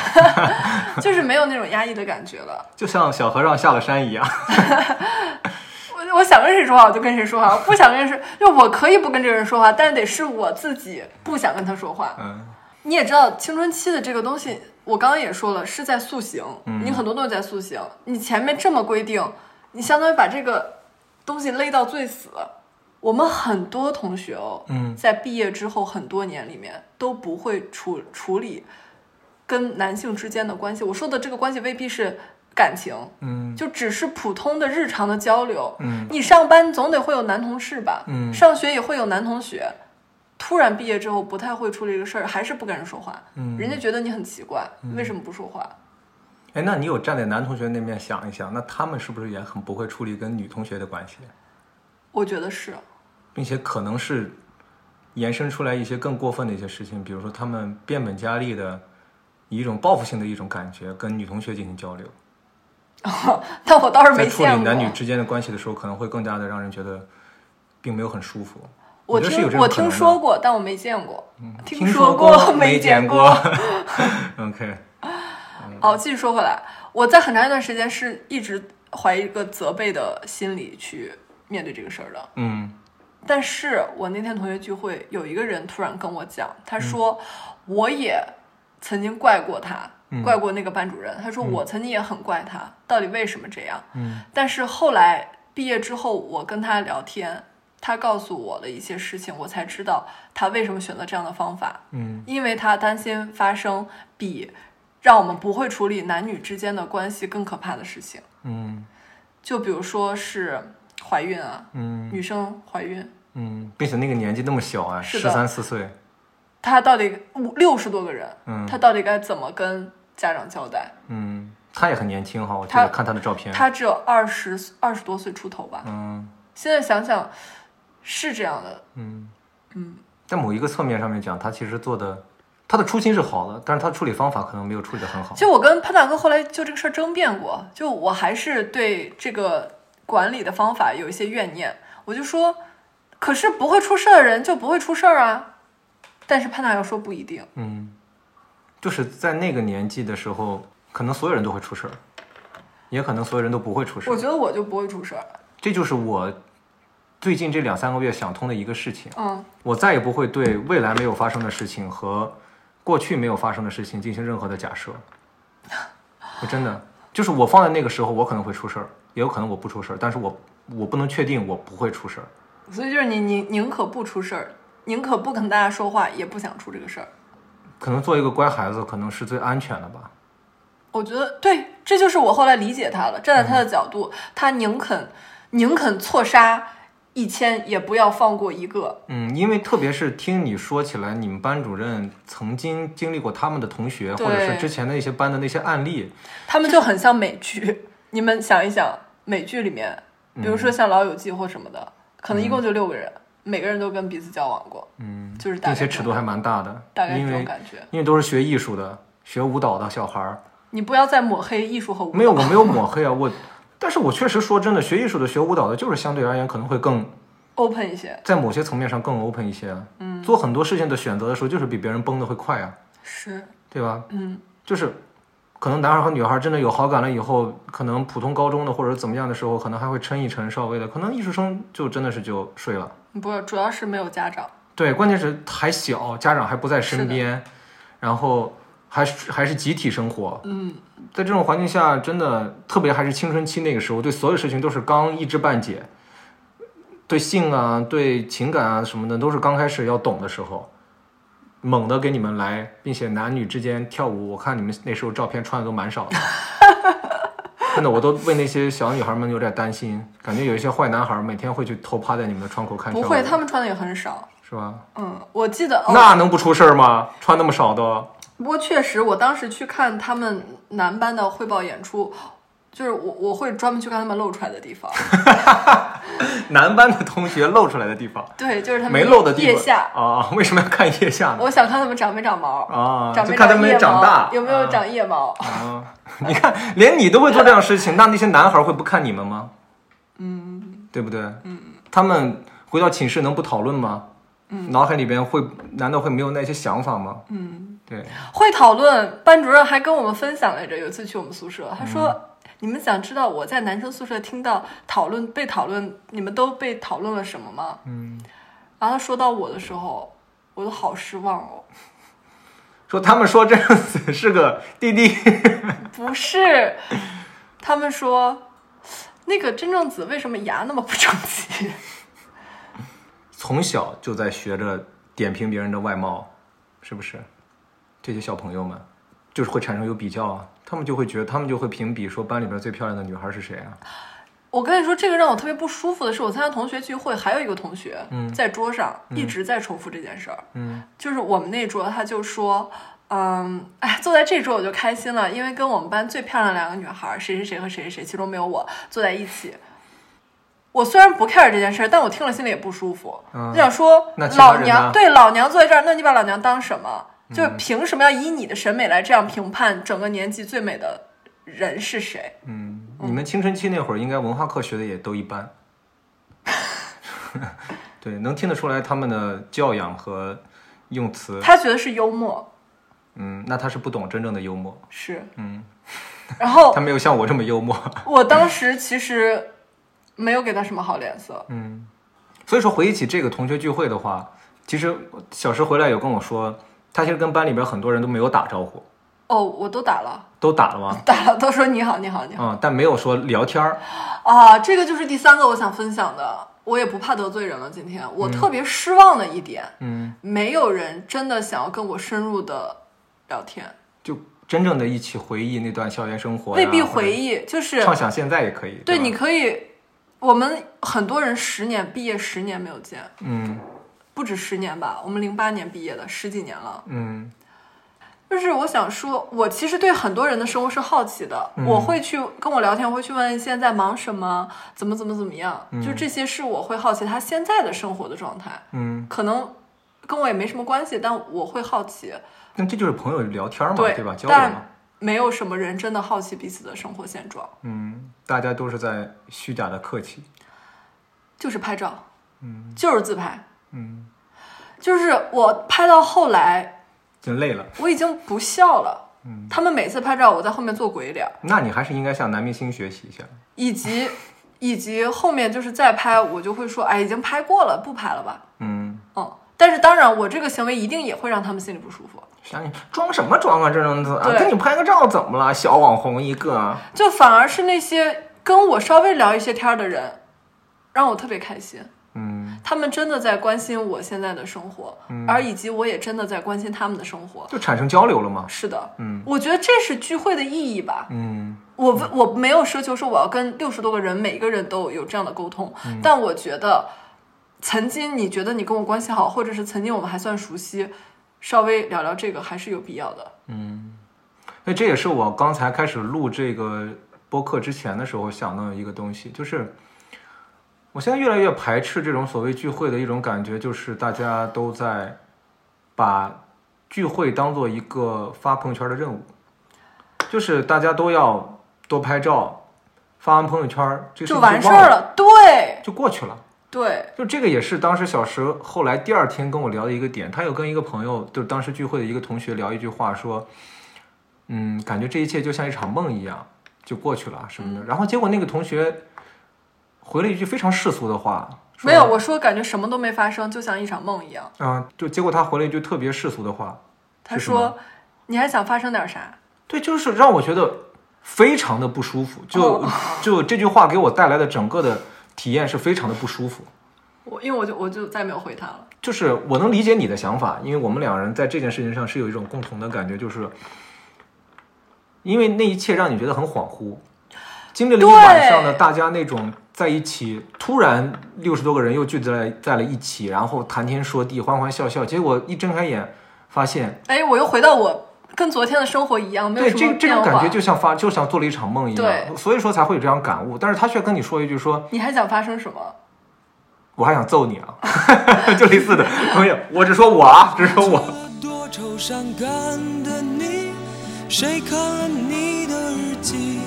Speaker 2: 就是没有那种压抑的感觉了。
Speaker 1: 就像小和尚下了山一样。 *laughs*
Speaker 2: 我我想跟谁说话我就跟谁说话，我不想跟谁，就我可以不跟这个人说话，但是得是我自己不想跟他说话。
Speaker 1: 嗯
Speaker 2: 你也知道，青春期的这个东西，我刚刚也说了，是在塑形，
Speaker 1: 嗯
Speaker 2: 你很多东西在塑形。你前面这么规定，你相当于把这个东西勒到最死。我们很多同学哦，
Speaker 1: 嗯
Speaker 2: 在毕业之后很多年里面都不会处处理跟男性之间的关系。我说的这个关系未必是感情，
Speaker 1: 嗯
Speaker 2: 就只是普通的日常的交流。
Speaker 1: 嗯
Speaker 2: 你上班总得会有男同事吧？
Speaker 1: 嗯
Speaker 2: 上学也会有男同学。突然毕业之后不太会处理这个事儿，还是不跟人说话，
Speaker 1: 嗯
Speaker 2: 人家觉得你很奇怪，为什么不说话？
Speaker 1: 哎，那你有站在男同学那面想一想，那他们是不是也很不会处理跟女同学的关系，
Speaker 2: 我觉得是，
Speaker 1: 并且可能是延伸出来一些更过分的一些事情，比如说他们变本加厉的以一种报复性的一种感觉跟女同学进行交流，
Speaker 2: 但我倒是
Speaker 1: 在
Speaker 2: 没
Speaker 1: 处
Speaker 2: 见
Speaker 1: 理
Speaker 2: 过。
Speaker 1: 男女之间的关系的时候，可能会更加的让人觉得并没有很舒服。
Speaker 2: 我
Speaker 1: 觉得是有
Speaker 2: 听
Speaker 1: 这
Speaker 2: 我
Speaker 1: 种可能
Speaker 2: 听
Speaker 1: 的
Speaker 2: 说过，但我没见过。
Speaker 1: 听
Speaker 2: 说
Speaker 1: 过
Speaker 2: 没
Speaker 1: 见
Speaker 2: 过。。
Speaker 1: *laughs* OK，
Speaker 2: 哦，继续说回来，我在很长一段时间是一直怀一个责备的心理去面对这个事儿的。
Speaker 1: 嗯
Speaker 2: 但是我那天同学聚会，有一个人突然跟我讲，
Speaker 1: 嗯
Speaker 2: 他说我也曾经怪过他，
Speaker 1: 嗯
Speaker 2: 怪过那个班主任。他说我曾经也很怪他，到底为什么这样？
Speaker 1: 嗯
Speaker 2: 但是后来毕业之后，我跟他聊天，他告诉我的一些事情，我才知道他为什么选择这样的方法，
Speaker 1: 嗯
Speaker 2: 因为他担心发生比让我们不会处理男女之间的关系更可怕的事情，
Speaker 1: 嗯
Speaker 2: 就比如说是怀孕啊，
Speaker 1: 嗯
Speaker 2: 女生怀孕，
Speaker 1: 嗯，并且那个年纪那么小啊，
Speaker 2: 是
Speaker 1: 十
Speaker 2: 的
Speaker 1: 三四岁，
Speaker 2: 他到底五六十多个人，
Speaker 1: 嗯
Speaker 2: 他到底该怎么跟家长交代？
Speaker 1: 嗯，他也很年轻哈，我记
Speaker 2: 他
Speaker 1: 得看他的照片，
Speaker 2: 他只有二十二十多岁出头吧，
Speaker 1: 嗯
Speaker 2: 现在想想是这样的，
Speaker 1: 嗯
Speaker 2: 嗯，
Speaker 1: 在某一个侧面上面讲，他其实做的，他的初心是好的，但是他处理方法可能没有处理的很好。
Speaker 2: 就我跟潘大哥后来就这个事儿争辩过，就我还是对这个管理的方法有一些怨念，我就说，可是不会出事儿的人就不会出事儿啊。但是潘大哥说不一定，
Speaker 1: 嗯，就是在那个年纪的时候，可能所有人都会出事儿，也可能所有人都不会出事
Speaker 2: 我
Speaker 1: 儿。
Speaker 2: 觉得我就不会出事儿。
Speaker 1: 这就是我最近这两三个月想通的一个事情。
Speaker 2: 嗯
Speaker 1: 我再也不会对未来没有发生的事情和过去没有发生的事情进行任何的假设。我真的就是我放在那个时候，我可能会出事儿，也有可能我不出事儿，但是我我不能确定我不会出事儿。
Speaker 2: 所以就是你宁宁可不出事儿，宁可不跟大家说话，也不想出这个事儿。
Speaker 1: 可能做一个乖孩子，可能是最安全的吧。
Speaker 2: 我觉得对，这就是我后来理解他了。站在他的角度，他宁肯宁肯错杀一千，也不要放过一个。
Speaker 1: 嗯，因为特别是听你说起来，你们班主任曾经经历过他们的同学，或者是
Speaker 2: 对
Speaker 1: 之前的一些班的那些案例，
Speaker 2: 他们就很像美剧， *laughs* 你们想一想，美剧里面，比如说像《老友记》或什么的，可能一共就六个人，每个人都跟彼此交往过，
Speaker 1: 嗯，
Speaker 2: 就是大
Speaker 1: 并
Speaker 2: 概
Speaker 1: 且尺度还蛮大的，
Speaker 2: 大概
Speaker 1: 因
Speaker 2: 这种
Speaker 1: 为
Speaker 2: 感觉。
Speaker 1: 因为都是学艺术的、学舞蹈的小孩儿，
Speaker 2: 你不要再抹黑艺术和舞蹈，
Speaker 1: 没有，我没有抹黑啊，我，但是我确实说真的，学艺术的、学舞蹈的，就是相对而言可能会更
Speaker 2: open 一些。
Speaker 1: 在某些层面上更 open 一些，嗯，做很多事情的选择的时候，就是比别人崩的会快啊，
Speaker 2: 是，
Speaker 1: 对吧？
Speaker 2: 嗯，
Speaker 1: 就是可能男孩和女孩真的有好感了以后，可能普通高中的或者怎么样的时候，可能还会抻一抻，稍微的，可能艺术生就真的是就睡了。
Speaker 2: 不是，主要是没有家长，
Speaker 1: 对，关键是还小，家长还不在身边，然后还是还是集体生活，
Speaker 2: 嗯，
Speaker 1: 在这种环境下，真的特别还是青春期那个时候，对所有事情都是刚一知半解，对性啊、对情感啊什么的，都是刚开始要懂的时候。猛的给你们来，并且男女之间跳舞，我看你们那时候照片穿的都蛮少
Speaker 2: *laughs*
Speaker 1: 的，真的，我都为那些小女孩们有点担心，感觉有一些坏男孩每天会去偷趴在你们的窗口看跳
Speaker 2: 不
Speaker 1: 舞，
Speaker 2: 会，他们穿的也很少。
Speaker 1: 是吧？
Speaker 2: 嗯，我记得，哦、
Speaker 1: 那能不出事儿吗？穿那么少的，
Speaker 2: 不过确实，我当时去看他们男班的汇报演出，就是我我会专门去看他们露出来的地
Speaker 1: *laughs*
Speaker 2: 方，
Speaker 1: 男班的同学露出来的地方，
Speaker 2: 对，就是他们
Speaker 1: 没露的地方
Speaker 2: 腋下，
Speaker 1: 啊？为什么要看腋下呢？
Speaker 2: 我想看他们长没长毛
Speaker 1: 啊
Speaker 2: 长没
Speaker 1: 就看他们
Speaker 2: 腋毛
Speaker 1: 长大
Speaker 2: 哦有没有长腋毛？
Speaker 1: 啊，你看，连你都会做这样的事情，那那些男孩会不看你们吗？嗯，对不对？嗯，他们回到寝室能不讨论吗？嗯，脑海里边会难道会没有那些想法吗？嗯，对，
Speaker 2: 会讨论，班主任还跟我们分享来着。有一次去我们宿舍，他
Speaker 1: 嗯
Speaker 2: 说。你们想知道我在男生宿舍听到讨论被讨论，你们都被讨论了什么吗？
Speaker 1: 嗯，
Speaker 2: 然后他说到我的时候，我都好失望哦。
Speaker 1: 说他们说这样子是个弟弟，
Speaker 2: 不是，他们说那个真正子为什么牙那么不整齐？ *laughs*
Speaker 1: 从小就在学着点评别人的外貌，是不是？这些小朋友们就是会产生有比较啊，他们就会觉得，他们就会评比说班里边最漂亮的女孩是谁啊？
Speaker 2: 我跟你说，这个让我特别不舒服的是，我参加同学聚会，还有一个同学、在桌上一直在重复这件事儿。
Speaker 1: 嗯，
Speaker 2: 就是我们那桌，他就说，嗯，哎，坐在这桌我就开心了，因为跟我们班最漂亮的两个女孩，谁谁谁和谁谁谁，其中没有我，坐在一起。我虽然不 care 这件事儿，但我听了心里也不舒服，
Speaker 1: 嗯
Speaker 2: 就想说
Speaker 1: 那其他
Speaker 2: 老
Speaker 1: 人呢嗯
Speaker 2: 娘对老娘坐在这儿，那你把老娘当什么？就是凭什么要以你的审美来这样评判整个年级最美的人是谁？
Speaker 1: 嗯，你们青春期那会儿应该文化课学的也都一般， *laughs* 对，能听得出来他们的教养和用词。
Speaker 2: 他觉得是幽默，
Speaker 1: 嗯，那他是不懂真正的幽默，
Speaker 2: 是，
Speaker 1: 嗯，
Speaker 2: *laughs* 然后
Speaker 1: 他没有像我这么幽默。
Speaker 2: 我当时其实没有给他什么好脸色，
Speaker 1: 嗯，所以说回忆起这个同学聚会的话，其实小石回来有跟我说，他其实跟班里边很多人都没有打招呼，
Speaker 2: 哦，我都打了，
Speaker 1: 都打了吗？
Speaker 2: 打了，都说你好，你好，你好
Speaker 1: 嗯，但没有说聊天儿。
Speaker 2: 啊！这个就是第三个我想分享的，我也不怕得罪人了。今天我特别失望的一点，
Speaker 1: 嗯，
Speaker 2: 没有人真的想要跟我深入的聊天，
Speaker 1: 就真正的一起回忆那段校园生活呀，
Speaker 2: 未必
Speaker 1: 或者
Speaker 2: 回忆，就是
Speaker 1: 畅想现在也可以。
Speaker 2: 对，
Speaker 1: 吧
Speaker 2: 你可以，我们很多人十年毕业十年没有见，
Speaker 1: 嗯
Speaker 2: 不止十年吧，我们零八年毕业的，十几年了。
Speaker 1: 嗯
Speaker 2: 就是我想说，我其实对很多人的生活是好奇的，
Speaker 1: 嗯
Speaker 2: 我会去跟我聊天，我会去问现在忙什么，怎么怎么怎么样，就这些是我会好奇他现在的生活的状态，
Speaker 1: 嗯，
Speaker 2: 可能跟我也没什么关系，但我会好奇，
Speaker 1: 那这就是朋友聊天嘛，
Speaker 2: 对
Speaker 1: 对吧？交流嘛
Speaker 2: 但。没有什么人真的好奇彼此的生活现状，
Speaker 1: 嗯，大家都是在虚假的客气。
Speaker 2: 就是拍照，
Speaker 1: 嗯
Speaker 2: 就是自拍，
Speaker 1: 嗯，
Speaker 2: 就是我拍到后来，
Speaker 1: 就累了。
Speaker 2: 我已经不笑了。
Speaker 1: 嗯，
Speaker 2: 他们每次拍照，我在后面做鬼脸，
Speaker 1: 那你还是应该向男明星学习一下。
Speaker 2: 以及以及后面就是再拍，我就会说，哎，已经拍过了，不拍了吧。
Speaker 1: 嗯，
Speaker 2: 嗯，但是当然，我这个行为一定也会让他们心里不舒服，
Speaker 1: 想你装什么装啊？这种啊，
Speaker 2: 对
Speaker 1: 跟你拍个照怎么了？小网红一个。啊
Speaker 2: 就反而是那些跟我稍微聊一些天儿的人，让我特别开心。
Speaker 1: 嗯，
Speaker 2: 他们真的在关心我现在的生活，而以及我也真的在关心他们的生活。
Speaker 1: 就产生交流了嘛。
Speaker 2: 是的，
Speaker 1: 嗯
Speaker 2: 我觉得这是聚会的意义吧。
Speaker 1: 嗯
Speaker 2: 我不我没有奢求说我要跟六十多个人每一个人都有这样的沟通，
Speaker 1: 嗯
Speaker 2: 但我觉得曾经你觉得你跟我关系好，或者是曾经我们还算熟悉，稍微聊聊这个还是有必要的。
Speaker 1: 嗯，那这也是我刚才开始录这个播客之前的时候想到的一个东西，就是我现在越来越排斥这种所谓聚会的一种感觉，就是大家都在把聚会当做一个发朋友圈的任务，就是大家都要多拍照，发完朋友圈这个事
Speaker 2: 就
Speaker 1: 情
Speaker 2: 完事
Speaker 1: 忘
Speaker 2: 儿
Speaker 1: 了，
Speaker 2: 了，对
Speaker 1: 就过去了。
Speaker 2: 对，
Speaker 1: 就这个也是当时小石后来第二天跟我聊的一个点，他有跟一个朋友，就是当时聚会的一个同学聊一句话说，嗯，感觉这一切就像一场梦一样就过去了什么
Speaker 2: 嗯
Speaker 1: 的。然后结果那个同学回了一句非常世俗的话，说
Speaker 2: 没有我说感觉什么都没发生，就像一场梦一样。
Speaker 1: 啊、就结果他回了一句特别世俗的话，
Speaker 2: 他
Speaker 1: 是什么
Speaker 2: 说你还想发生点啥？
Speaker 1: 对，就是让我觉得非常的不舒服，就、
Speaker 2: 哦
Speaker 1: 就这句话给我带来的整个的体验是非常的不舒服。
Speaker 2: 我因为我就我就再没有回他了。
Speaker 1: 就是我能理解你的想法，因为我们两人在这件事情上是有一种共同的感觉，就是因为那一切让你觉得很恍惚，经历了一晚上的
Speaker 2: 对
Speaker 1: 大家那种在一起，突然六十多个人又聚在在了一起，然后谈天说地，欢欢笑笑，结果一睁开眼发现，
Speaker 2: 哎，我又回到我跟昨天的生活一样，没有
Speaker 1: 对
Speaker 2: 什么
Speaker 1: 这这
Speaker 2: 变
Speaker 1: 种感
Speaker 2: 化
Speaker 1: 觉。就像发就像做了一场梦一样，
Speaker 2: 对
Speaker 1: 所以说才会有这样感悟。但是他却跟你说一句说，
Speaker 2: 你还想发生什么？
Speaker 1: 我还想揍你啊， *laughs* 就类似的，没有，我只说我啊，只说我。
Speaker 5: 多愁善感的你，谁看了你的日记？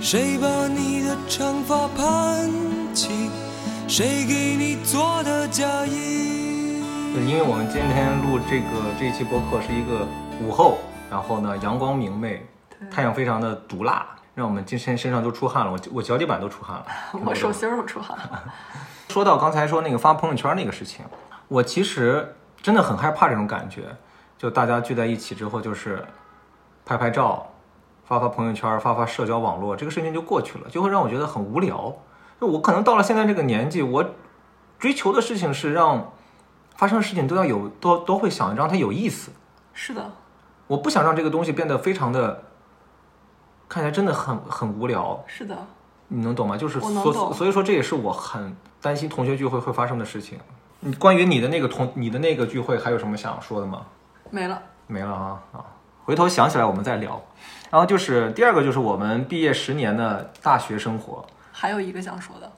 Speaker 5: 谁把你的长发盘起？谁给你做的嫁衣？
Speaker 1: 对，因为我们今天录这个这一期播客是一个午后，然后呢阳光明媚，太阳非常的毒辣，让我们今天身上都出汗了，我我脚底板都出汗了。
Speaker 2: 我手心儿都出汗了。
Speaker 1: 说到刚才说那个发朋友圈那个事情，我其实真的很害怕这种感觉，就大家聚在一起之后，就是拍拍照，发发朋友圈，发发社交网络，这个事情就过去了，就会让我觉得很无聊。就我可能到了现在这个年纪，我追求的事情是让发生的事情都要有都都会想让它有意思，
Speaker 2: 是的，
Speaker 1: 我不想让这个东西变得非常的看起来真的很很无聊，
Speaker 2: 是的。
Speaker 1: 你能懂吗？就是
Speaker 2: 我能
Speaker 1: 所
Speaker 2: 懂
Speaker 1: 所以说，这也是我很担心同学聚会会发生的事情。你关于你的那个同你的那个聚会，还有什么想说的吗？
Speaker 2: 没了。
Speaker 1: 没了啊啊！回头想起来我们再聊。然后就是第二个，就是我们毕业十年的大学生活。
Speaker 2: 还有一个想说的，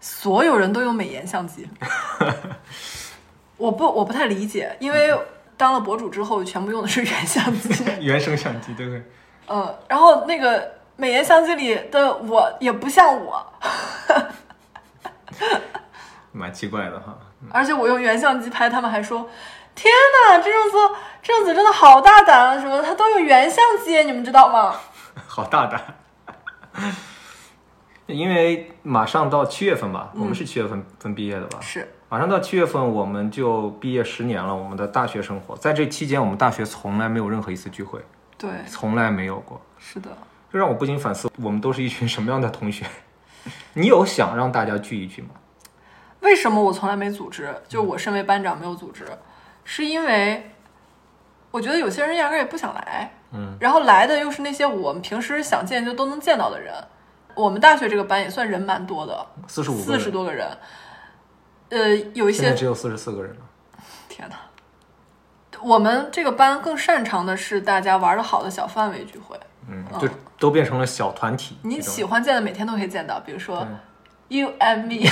Speaker 2: 所有人都用美颜相机，我不我不太理解，因为当了博主之后，全部用的是原相机，
Speaker 1: *laughs* 原生相机，对不对？
Speaker 2: 嗯，然后那个美颜相机里的我也不像我，
Speaker 1: 蛮奇怪的哈。 *laughs*
Speaker 2: 而且我用原相机拍，他们还说。天哪，这样子，这样子真的好大胆啊！什么的，他都用原相机，你们知道吗？
Speaker 1: 好大胆。 *laughs* 因为马上到七月份吧，我
Speaker 2: 嗯
Speaker 1: 们是七月份份毕业的吧？
Speaker 2: 是
Speaker 1: 马上到七月份，我们就毕业十年了。我们的大学生活，在这期间，我们大学从来没有任何一次聚会，
Speaker 2: 对，
Speaker 1: 从来没有过。
Speaker 2: 是的，
Speaker 1: 这让我不禁反思，我们都是一群什么样的同学？ *laughs* 你有想让大家聚一聚吗？
Speaker 2: 为什么我从来没组织？
Speaker 1: 嗯
Speaker 2: 就我身为班长没有组织，是因为我觉得有些人压根儿也不想来，
Speaker 1: 嗯，
Speaker 2: 然后来的又是那些我们平时想见就都能见到的人。我们大学这个班也算人蛮多的，
Speaker 1: 四十五个
Speaker 2: 四
Speaker 1: 人，
Speaker 2: 十多个人，呃，有一
Speaker 1: 现在
Speaker 2: 些
Speaker 1: 只有四十四个人了。
Speaker 2: 天哪，我们这个班更擅长的是大家玩的好的小范围聚会。
Speaker 1: 嗯，就都变成了小团体这种。
Speaker 2: 哦你喜欢见的每天都可以见到，比如说
Speaker 1: 对
Speaker 2: you and
Speaker 1: *laughs*
Speaker 2: me，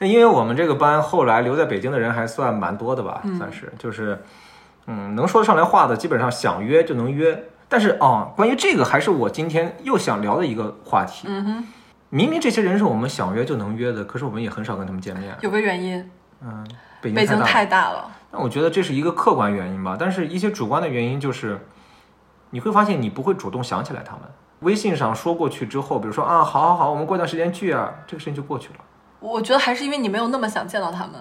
Speaker 1: 那因为我们这个班后来留在北京的人还算蛮多的吧，算是就是，嗯，能说得上来话的，基本上想约就能约。但是啊、关于这个还是我今天又想聊的一个话题。
Speaker 2: 嗯哼，
Speaker 1: 明明这些人是我们想约就能约的，可是我们也很少跟他们见面。
Speaker 2: 有个原因，
Speaker 1: 嗯，北京太
Speaker 2: 北京
Speaker 1: 大了。
Speaker 2: 太大了。
Speaker 1: 那我觉得这是一个客观原因吧，但是一些主观的原因就是，你会发现你不会主动想起来他们。微信上说过去之后，比如说啊，好好好，我们过段时间聚啊，这个事情就过去了。
Speaker 2: 我觉得还是因为你没有那么想见到他们。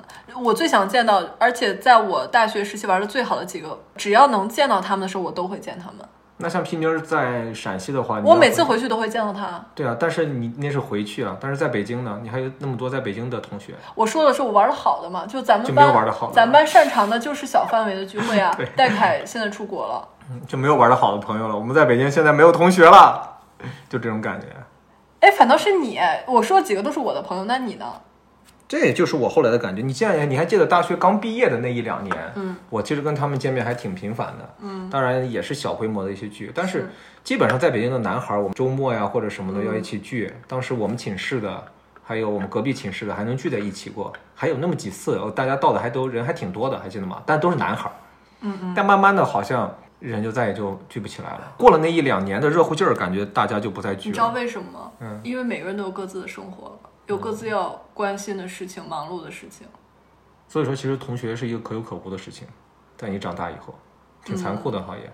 Speaker 2: 我最想见到，而且在我大学时期玩的最好的几个，只要能见到他们的时候，我都会见他们。
Speaker 1: 那像皮妞儿在陕西的话，你
Speaker 2: 我
Speaker 1: 要
Speaker 2: 每次回去都会见到他。
Speaker 1: 对啊，但是你那是回去啊，但是在北京呢，你还有那么多在北京的同学，
Speaker 2: 我说的是我玩的好的嘛，就咱
Speaker 1: 就
Speaker 2: 们
Speaker 1: 没有
Speaker 2: 班
Speaker 1: 玩得好的
Speaker 2: 咱们班擅长的就是小范围的聚会啊
Speaker 1: *laughs* 对。
Speaker 2: 戴凯现在出国了，
Speaker 1: 就没有玩的好的朋友了。我们在北京现在没有同学了，就这种感觉。
Speaker 2: 哎，反倒是你，我说的几个都是我的朋友，那你呢？
Speaker 1: 这也就是我后来的感觉。你现在你还记得大学刚毕业的那一两年，嗯，我其实跟他们见面还挺频繁的，嗯，当然也是小规模的一些聚，但是嗯基本上在北京的男孩儿，我们周末呀或者什么的要一起聚。当时我们寝室的，还有我们隔壁寝室的，还能聚在一起过，还有那么几次，哦大家到的还都人还挺多的，还记得吗？但都是男孩，嗯嗯，但慢慢的好像。人就再也就聚不起来了。过了那一两年的热乎劲儿，感觉大家就不再聚
Speaker 2: 你
Speaker 1: 了。
Speaker 2: 知道为什么吗？
Speaker 1: 嗯
Speaker 2: 因为每个人都有各自的生活了，有各自要关心的事情、忙碌的事情。
Speaker 1: 所以说，其实同学是一个可有可无的事情，在你长大以后，挺残酷的行业。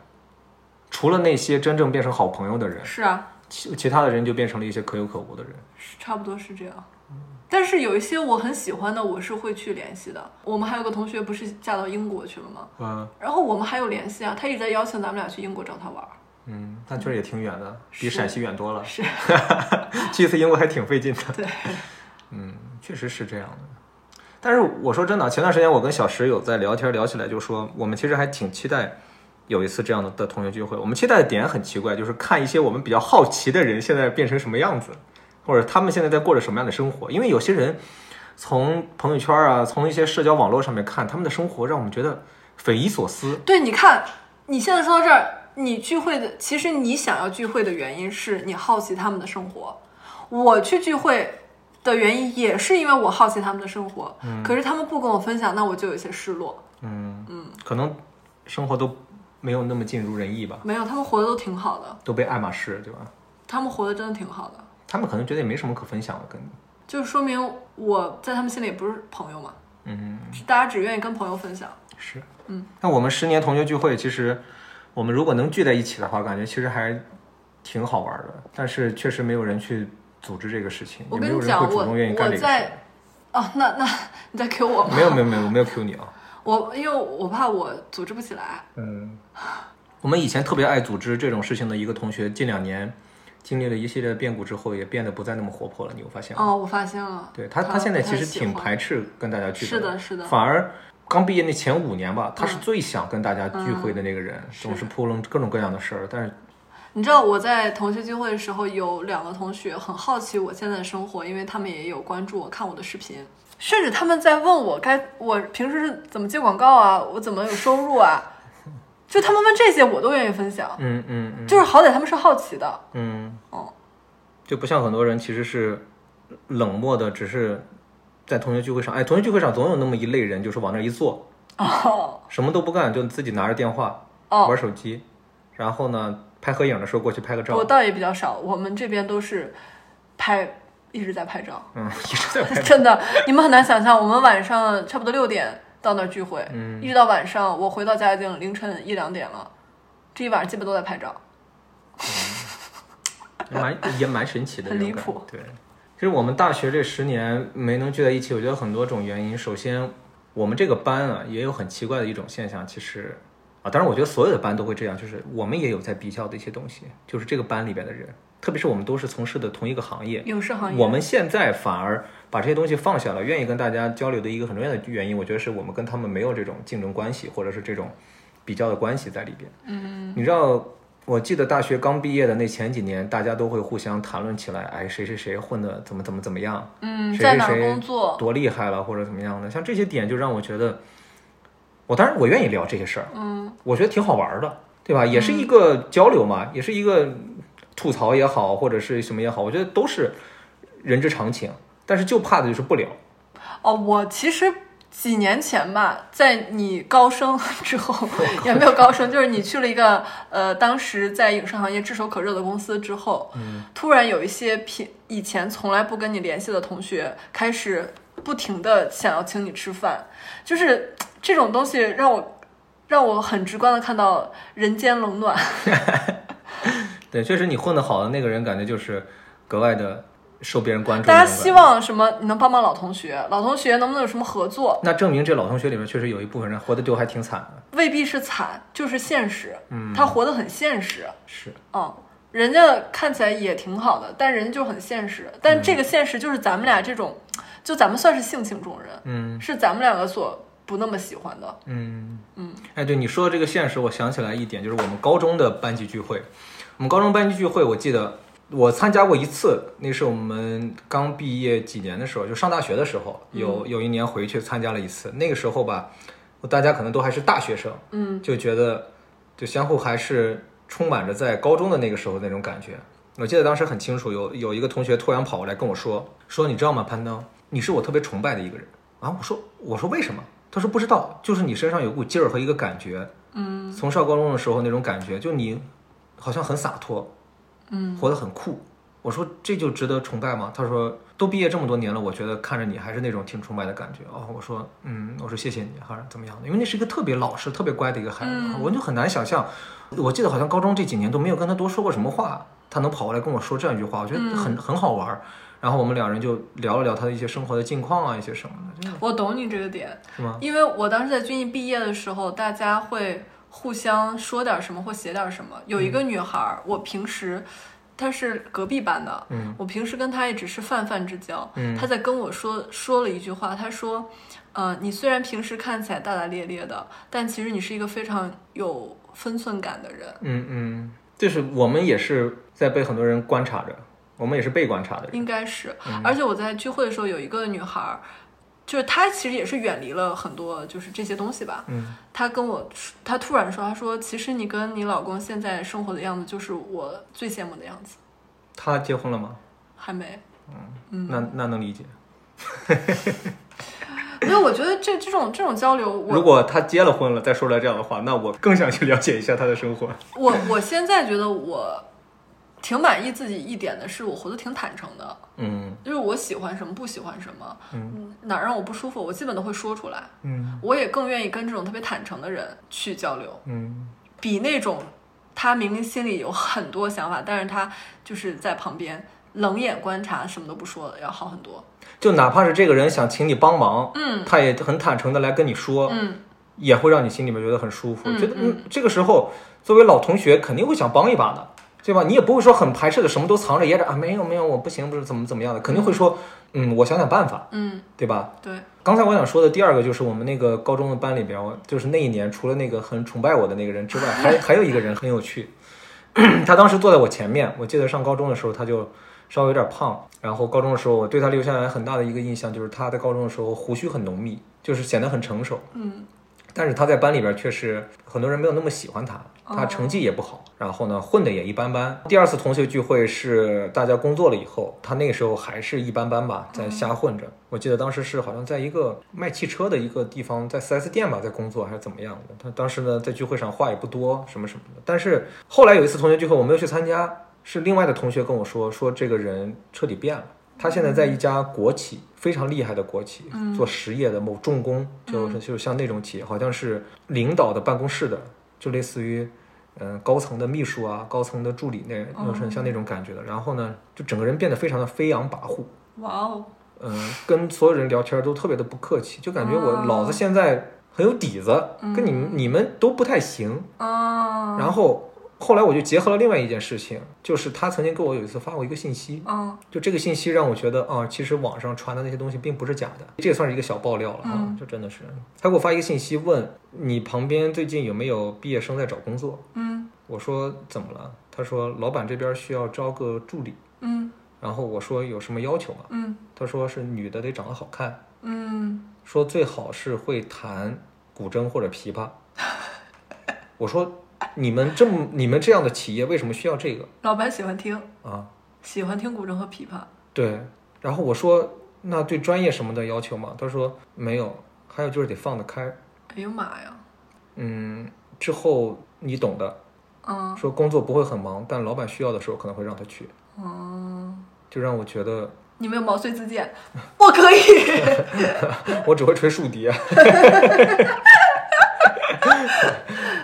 Speaker 1: 除了那些真正变成好朋友的人，
Speaker 2: 是啊，
Speaker 1: 其其他的人就变成了一些可有可无的人。
Speaker 2: 是差不多是这样。但是有一些我很喜欢的，我是会去联系的。我们还有个同学不是嫁到英国去了吗？
Speaker 1: 嗯
Speaker 2: 然后我们还有联系啊，他一直在邀请咱们俩去英国找他玩儿。
Speaker 1: 嗯，但确实也挺远的，比
Speaker 2: 是
Speaker 1: 陕西远多了。
Speaker 2: 是， *laughs*
Speaker 1: 去一次英国还挺费劲的。
Speaker 2: 对，
Speaker 1: 嗯，确实是这样的。但是我说真的，啊前段时间我跟小石有在聊天，聊起来就说我们其实还挺期待有一次这样的的同学聚会。我们期待的点很奇怪，就是看一些我们比较好奇的人现在变成什么样子，或者他们现在在过着什么样的生活。因为有些人从朋友圈啊，从一些社交网络上面看他们的生活，让我们觉得匪夷所思。
Speaker 2: 对，你看，你现在说到这儿，你聚会的，其实你想要聚会的原因是你好奇他们的生活。我去聚会的原因也是因为我好奇他们的生活，可是他们不跟我分享，那我就有些失落。
Speaker 1: 嗯嗯，可能生活都没有那么尽如人意吧，
Speaker 2: 没有，他们活得都挺好的，
Speaker 1: 都被爱马仕对吧？
Speaker 2: 他们活得真的挺好的，
Speaker 1: 他们可能觉得也没什么可分享的，跟你
Speaker 2: 就说明我在他们心里也不是朋友嘛，
Speaker 1: 嗯
Speaker 2: 大家只愿意跟朋友分享。
Speaker 1: 是
Speaker 2: 嗯。
Speaker 1: 那我们十年同学聚会，其实我们如果能聚在一起的话，感觉其实还挺好玩的。但是确实没有人去组织这个事情，
Speaker 2: 我
Speaker 1: 也没
Speaker 2: 跟
Speaker 1: 有
Speaker 2: 你
Speaker 1: 人
Speaker 2: 讲，
Speaker 1: 会主
Speaker 2: 我
Speaker 1: 动愿意干这
Speaker 2: 我
Speaker 1: 个事
Speaker 2: 在。哦，那那你在 Q 我吗？
Speaker 1: 情。没有没有没有，我没有 Q 你啊。
Speaker 2: 我因为我怕我组织不起来，
Speaker 1: 嗯，我们以前特别爱组织这种事情的一个同学，近两年经历了一系列的变故之后，也变得不再那么活泼了。你有发现吗？
Speaker 2: 哦，我发现了，
Speaker 1: 对他，
Speaker 2: 他
Speaker 1: 他哦现在
Speaker 2: 不太
Speaker 1: 其实
Speaker 2: 喜
Speaker 1: 挺
Speaker 2: 欢
Speaker 1: 排斥跟大家聚
Speaker 2: 是
Speaker 1: 的
Speaker 2: 的，是的，
Speaker 1: 反而刚毕业那前五年吧，他是最想跟大家聚会的那个人，总嗯是扑棱各种各样的事儿。但是，
Speaker 2: 你知道我在同学聚会的时候，有两个同学很好奇我现在的生活，因为他们也有关注我看我的视频，甚至他们在问我该我平时是怎么接广告啊，我怎么有收入啊，就他们问这些我都愿意分享，
Speaker 1: 嗯嗯嗯，
Speaker 2: 就是好歹他们是好奇的，
Speaker 1: 嗯
Speaker 2: 哦，
Speaker 1: 就不像很多人其实是冷漠的，只是在同学聚会上，哎，同学聚会上总有那么一类人，就是往那儿一坐，
Speaker 2: 哦
Speaker 1: 什么都不干，就自己拿着电话玩
Speaker 2: 哦，
Speaker 1: 手机，然后呢，拍合影的时候过去拍个
Speaker 2: 我
Speaker 1: 照，
Speaker 2: 倒也比较少，我们这边都是拍一直在拍照。
Speaker 1: 嗯，一直在拍。
Speaker 2: 真的，你们很难想象，我们晚上差不多六点到那儿聚会，
Speaker 1: 嗯
Speaker 2: 一直到晚上，我回到家已经凌晨一两点了，这一晚上基本都在拍照。
Speaker 1: 蛮也蛮神奇的，
Speaker 2: 很
Speaker 1: 这种
Speaker 2: 离
Speaker 1: 感
Speaker 2: 谱
Speaker 1: 对，就是我们大学这十年没能聚在一起，我觉得很多种原因。首先，我们这个班啊，也有很奇怪的一种现象，其实啊，当然我觉得所有的班都会这样，就是我们也有在比较的一些东西，就是这个班里边的人，特别是我们都是从事的同一个行业，
Speaker 2: 影视行业，
Speaker 1: 我们现在反而把这些东西放下了，愿意跟大家交流的一个很重要的原因，我觉得是我们跟他们没有这种竞争关系，或者是这种比较的关系在里边。嗯，你知道，我记得大学刚毕业的那前几年，大家都会互相谈论起来，哎，谁谁谁混的怎么怎么怎么样，
Speaker 2: 嗯，
Speaker 1: 谁
Speaker 2: 在
Speaker 1: 谁
Speaker 2: 哪儿
Speaker 1: 谁
Speaker 2: 工作？
Speaker 1: 多厉害了或者怎么样的，像这些点就让我觉得，我当然我愿意聊这些事儿，嗯，我觉得挺好玩儿的，对吧？也是
Speaker 2: 嗯
Speaker 1: 一个交流嘛，也是一个吐槽也好，或者是什么也好，我觉得都是人之常情。但是就怕的就是不聊，
Speaker 2: 哦，我其实几年前吧，在你高升 *laughs* 之后，也没有高升，就是你去了一个呃，当时在影视行业炙手可热的公司之后，突然有一些平以前从来不跟你联系的同学开始不停的想要请你吃饭，就是这种东西让我让我很直观的看到人间冷暖。
Speaker 1: 对，确实你混得好的那个人，感觉就是格外的受别人关注。
Speaker 2: 大家希。望什么？你能帮帮老同学，老同学能不能有什么合作？
Speaker 1: 那证明这老同学里面确实有一部分人活得就还挺惨的，
Speaker 2: 未必是惨，就是现实。
Speaker 1: 嗯
Speaker 2: 他活得很现实。
Speaker 1: 是
Speaker 2: 嗯，人家看起来也挺好的，但人家就很现实。但
Speaker 1: 嗯
Speaker 2: 这个现实就是咱们俩这种，就咱们算是性情中人，
Speaker 1: 嗯
Speaker 2: 是咱们两个所不那么喜欢的。
Speaker 1: 嗯
Speaker 2: 嗯，
Speaker 1: 哎，对你说的这个现实，我想起来一点，就是我们高中的班级聚会。我们高中班级聚会，我记得我参加过一次，那是我们刚毕业几年的时候，就上大学的时候，有有一年回去参加了一次。那个时候吧，我大家可能都还是大学生，
Speaker 2: 嗯，
Speaker 1: 就觉得就相互还是充满着在高中的那个时候那种感觉。我记得当时很清楚，有有一个同学突然跑过来跟我说：“说你知道吗，攀登，你是我特别崇拜的一个人啊！”我说：“我说为什么？”他说：“不知道，就是你身上有股劲儿和一个感觉，嗯，从上高中的时候那种感觉，就你好像很洒脱，嗯，活得很酷。”我说：“这就值得崇拜吗？”他说：“都毕业这么多年了，我觉得看着你还是那种挺崇拜的感觉哦。”我说：“嗯，我说谢谢你，还是怎么样的？因为那是一个特别老实、特别乖的一个孩子，我就很难想象我记得好像高中这几年都没有跟他多说过什么话，他能跑过来跟我说这样一句话，我觉得
Speaker 2: 嗯
Speaker 1: 很、很好玩儿。然后我们两人就聊了聊他的一些生活的近况啊，一些什么的，真的
Speaker 2: 我懂你这个点，
Speaker 1: 是吗？
Speaker 2: 因为我当时在军艺毕业的时候，大家会互相说点什么或写点什么。有一个
Speaker 1: 嗯
Speaker 2: 女孩儿，我平时她是隔壁班的，
Speaker 1: 嗯
Speaker 2: 我平时跟她也只是泛泛之交。
Speaker 1: 嗯
Speaker 2: 她在跟我说说了一句话，她说：“呃，你虽然平时看起来大大咧咧的，但其实你是一个非常有分寸感的人。
Speaker 1: 嗯嗯，就是我们也是在被很多人观察着，我们也是被嗯观察的人。
Speaker 2: 应该是。而且我在聚会的时候有一个女孩儿，就是她其实也是远离了很多就是这些东西吧。
Speaker 1: 嗯，
Speaker 2: 她跟我说，她突然说，她说其实你跟你老公现在生活的样子就是我最羡慕的样子，
Speaker 1: 他结婚了吗？
Speaker 2: 还没。嗯
Speaker 1: 那那能理解。
Speaker 2: 因为我觉得这这种这种交流，我
Speaker 1: 如果他结了婚了再说出来这样的话，那我更想去了解一下他的生活。
Speaker 2: 我我现在觉得我挺满意自己一点的是，我活得挺坦诚的，
Speaker 1: 嗯
Speaker 2: 就是我喜欢什么不喜欢什么，
Speaker 1: 嗯
Speaker 2: 哪儿让我不舒服，我基本都会说出来。
Speaker 1: 嗯
Speaker 2: 我也更愿意跟这种特别坦诚的人去交流。
Speaker 1: 嗯
Speaker 2: 比那种他明明心里有很多想法，但是他就是在旁边冷眼观察，什么都不说的要好很多。
Speaker 1: 就哪怕是这个人想请你帮忙，
Speaker 2: 嗯
Speaker 1: 他也很坦诚的来跟你说，
Speaker 2: 嗯，
Speaker 1: 也会让你心里面觉得很舒服，
Speaker 2: 嗯
Speaker 1: 觉得
Speaker 2: 嗯
Speaker 1: 嗯，这个时候作为老同学肯定会想帮一把的，对吧？你也不会说很排斥的，什么都藏着掖着啊，没有没有，我不行，不是怎么怎么样的，肯定会说，嗯，我想想办法，
Speaker 2: 嗯，
Speaker 1: 对吧？
Speaker 2: 对，
Speaker 1: 刚才我想说的第二个就是我们那个高中的班里边，我就是那一年除了那个很崇拜我的那个人之外，
Speaker 2: *laughs*
Speaker 1: 还还有一个人很有趣， *clears throat* 他当时坐在我前面，我记得上高中的时候他就稍微有点胖，然后高中的时候我对他留下来很大的一个印象就是他在高中的时候胡须很浓密，就是显得很成熟，
Speaker 2: 嗯
Speaker 1: 但是他在班里边确实很多人没有那么喜欢他，他成绩也不好，然后呢混的也一般般。第二次同学聚会是大家工作了以后，他那个时候还是一般般吧，在瞎混着。我记得当时是好像在一个卖汽车的一个地方，在 4S 店吧，在工作还是怎么样的。他当时呢在聚会上话也不多，什么什么的。但是后来有一次同学聚会我没有去参加，是另外的同学跟我说，说这个人彻底变了。他现在在一家国企，非常厉害的国企，做实业的某重工，就是就是像那种企业，好像是领导的办公室的，就类似于嗯、高层的秘书啊、高层的助理那那种像那种感觉的。然后呢，就整个人变得非常的飞扬跋扈，
Speaker 2: 哇哦，
Speaker 1: 嗯、跟所有人聊天都特别的不客气，就感觉我
Speaker 2: 哦
Speaker 1: 老子现在很有底子，跟你们你们都不太行。
Speaker 2: 啊，
Speaker 1: 然后后来我就结合了另外一件事情，就是他曾经给我有一次发过一个信息，
Speaker 2: 嗯
Speaker 1: 就这个信息让我觉得啊、其实网上传的那些东西并不是假的，这也算是一个小爆料了啊，
Speaker 2: 嗯
Speaker 1: 就真的是他给我发一个信息问你旁边最近有没有毕业生在找工作，
Speaker 2: 嗯
Speaker 1: 我说怎么了？他说老板这边需要招个助理，
Speaker 2: 嗯
Speaker 1: 然后我说有什么要求吗？
Speaker 2: 嗯
Speaker 1: 他说是女的得长得好看，
Speaker 2: 嗯，
Speaker 1: 说最好是会弹古筝或者琵琶。 *laughs* 我说你们这么你们这样的企业为什么需要这个
Speaker 2: 老板喜欢听，
Speaker 1: 啊？
Speaker 2: 喜欢听古筝和琵琶，
Speaker 1: 对，然后我说那对专业什么的要求吗？他说没有，还有就是得放得开，
Speaker 2: 哎呦妈呀，
Speaker 1: 嗯，之后你懂的，
Speaker 2: 嗯
Speaker 1: 说工作不会很忙，但老板需要的时候可能会让他去，
Speaker 2: 嗯，
Speaker 1: 就让我觉得
Speaker 2: 你没有毛遂自荐，我可以，
Speaker 1: 我只会吹竖笛。啊 *laughs*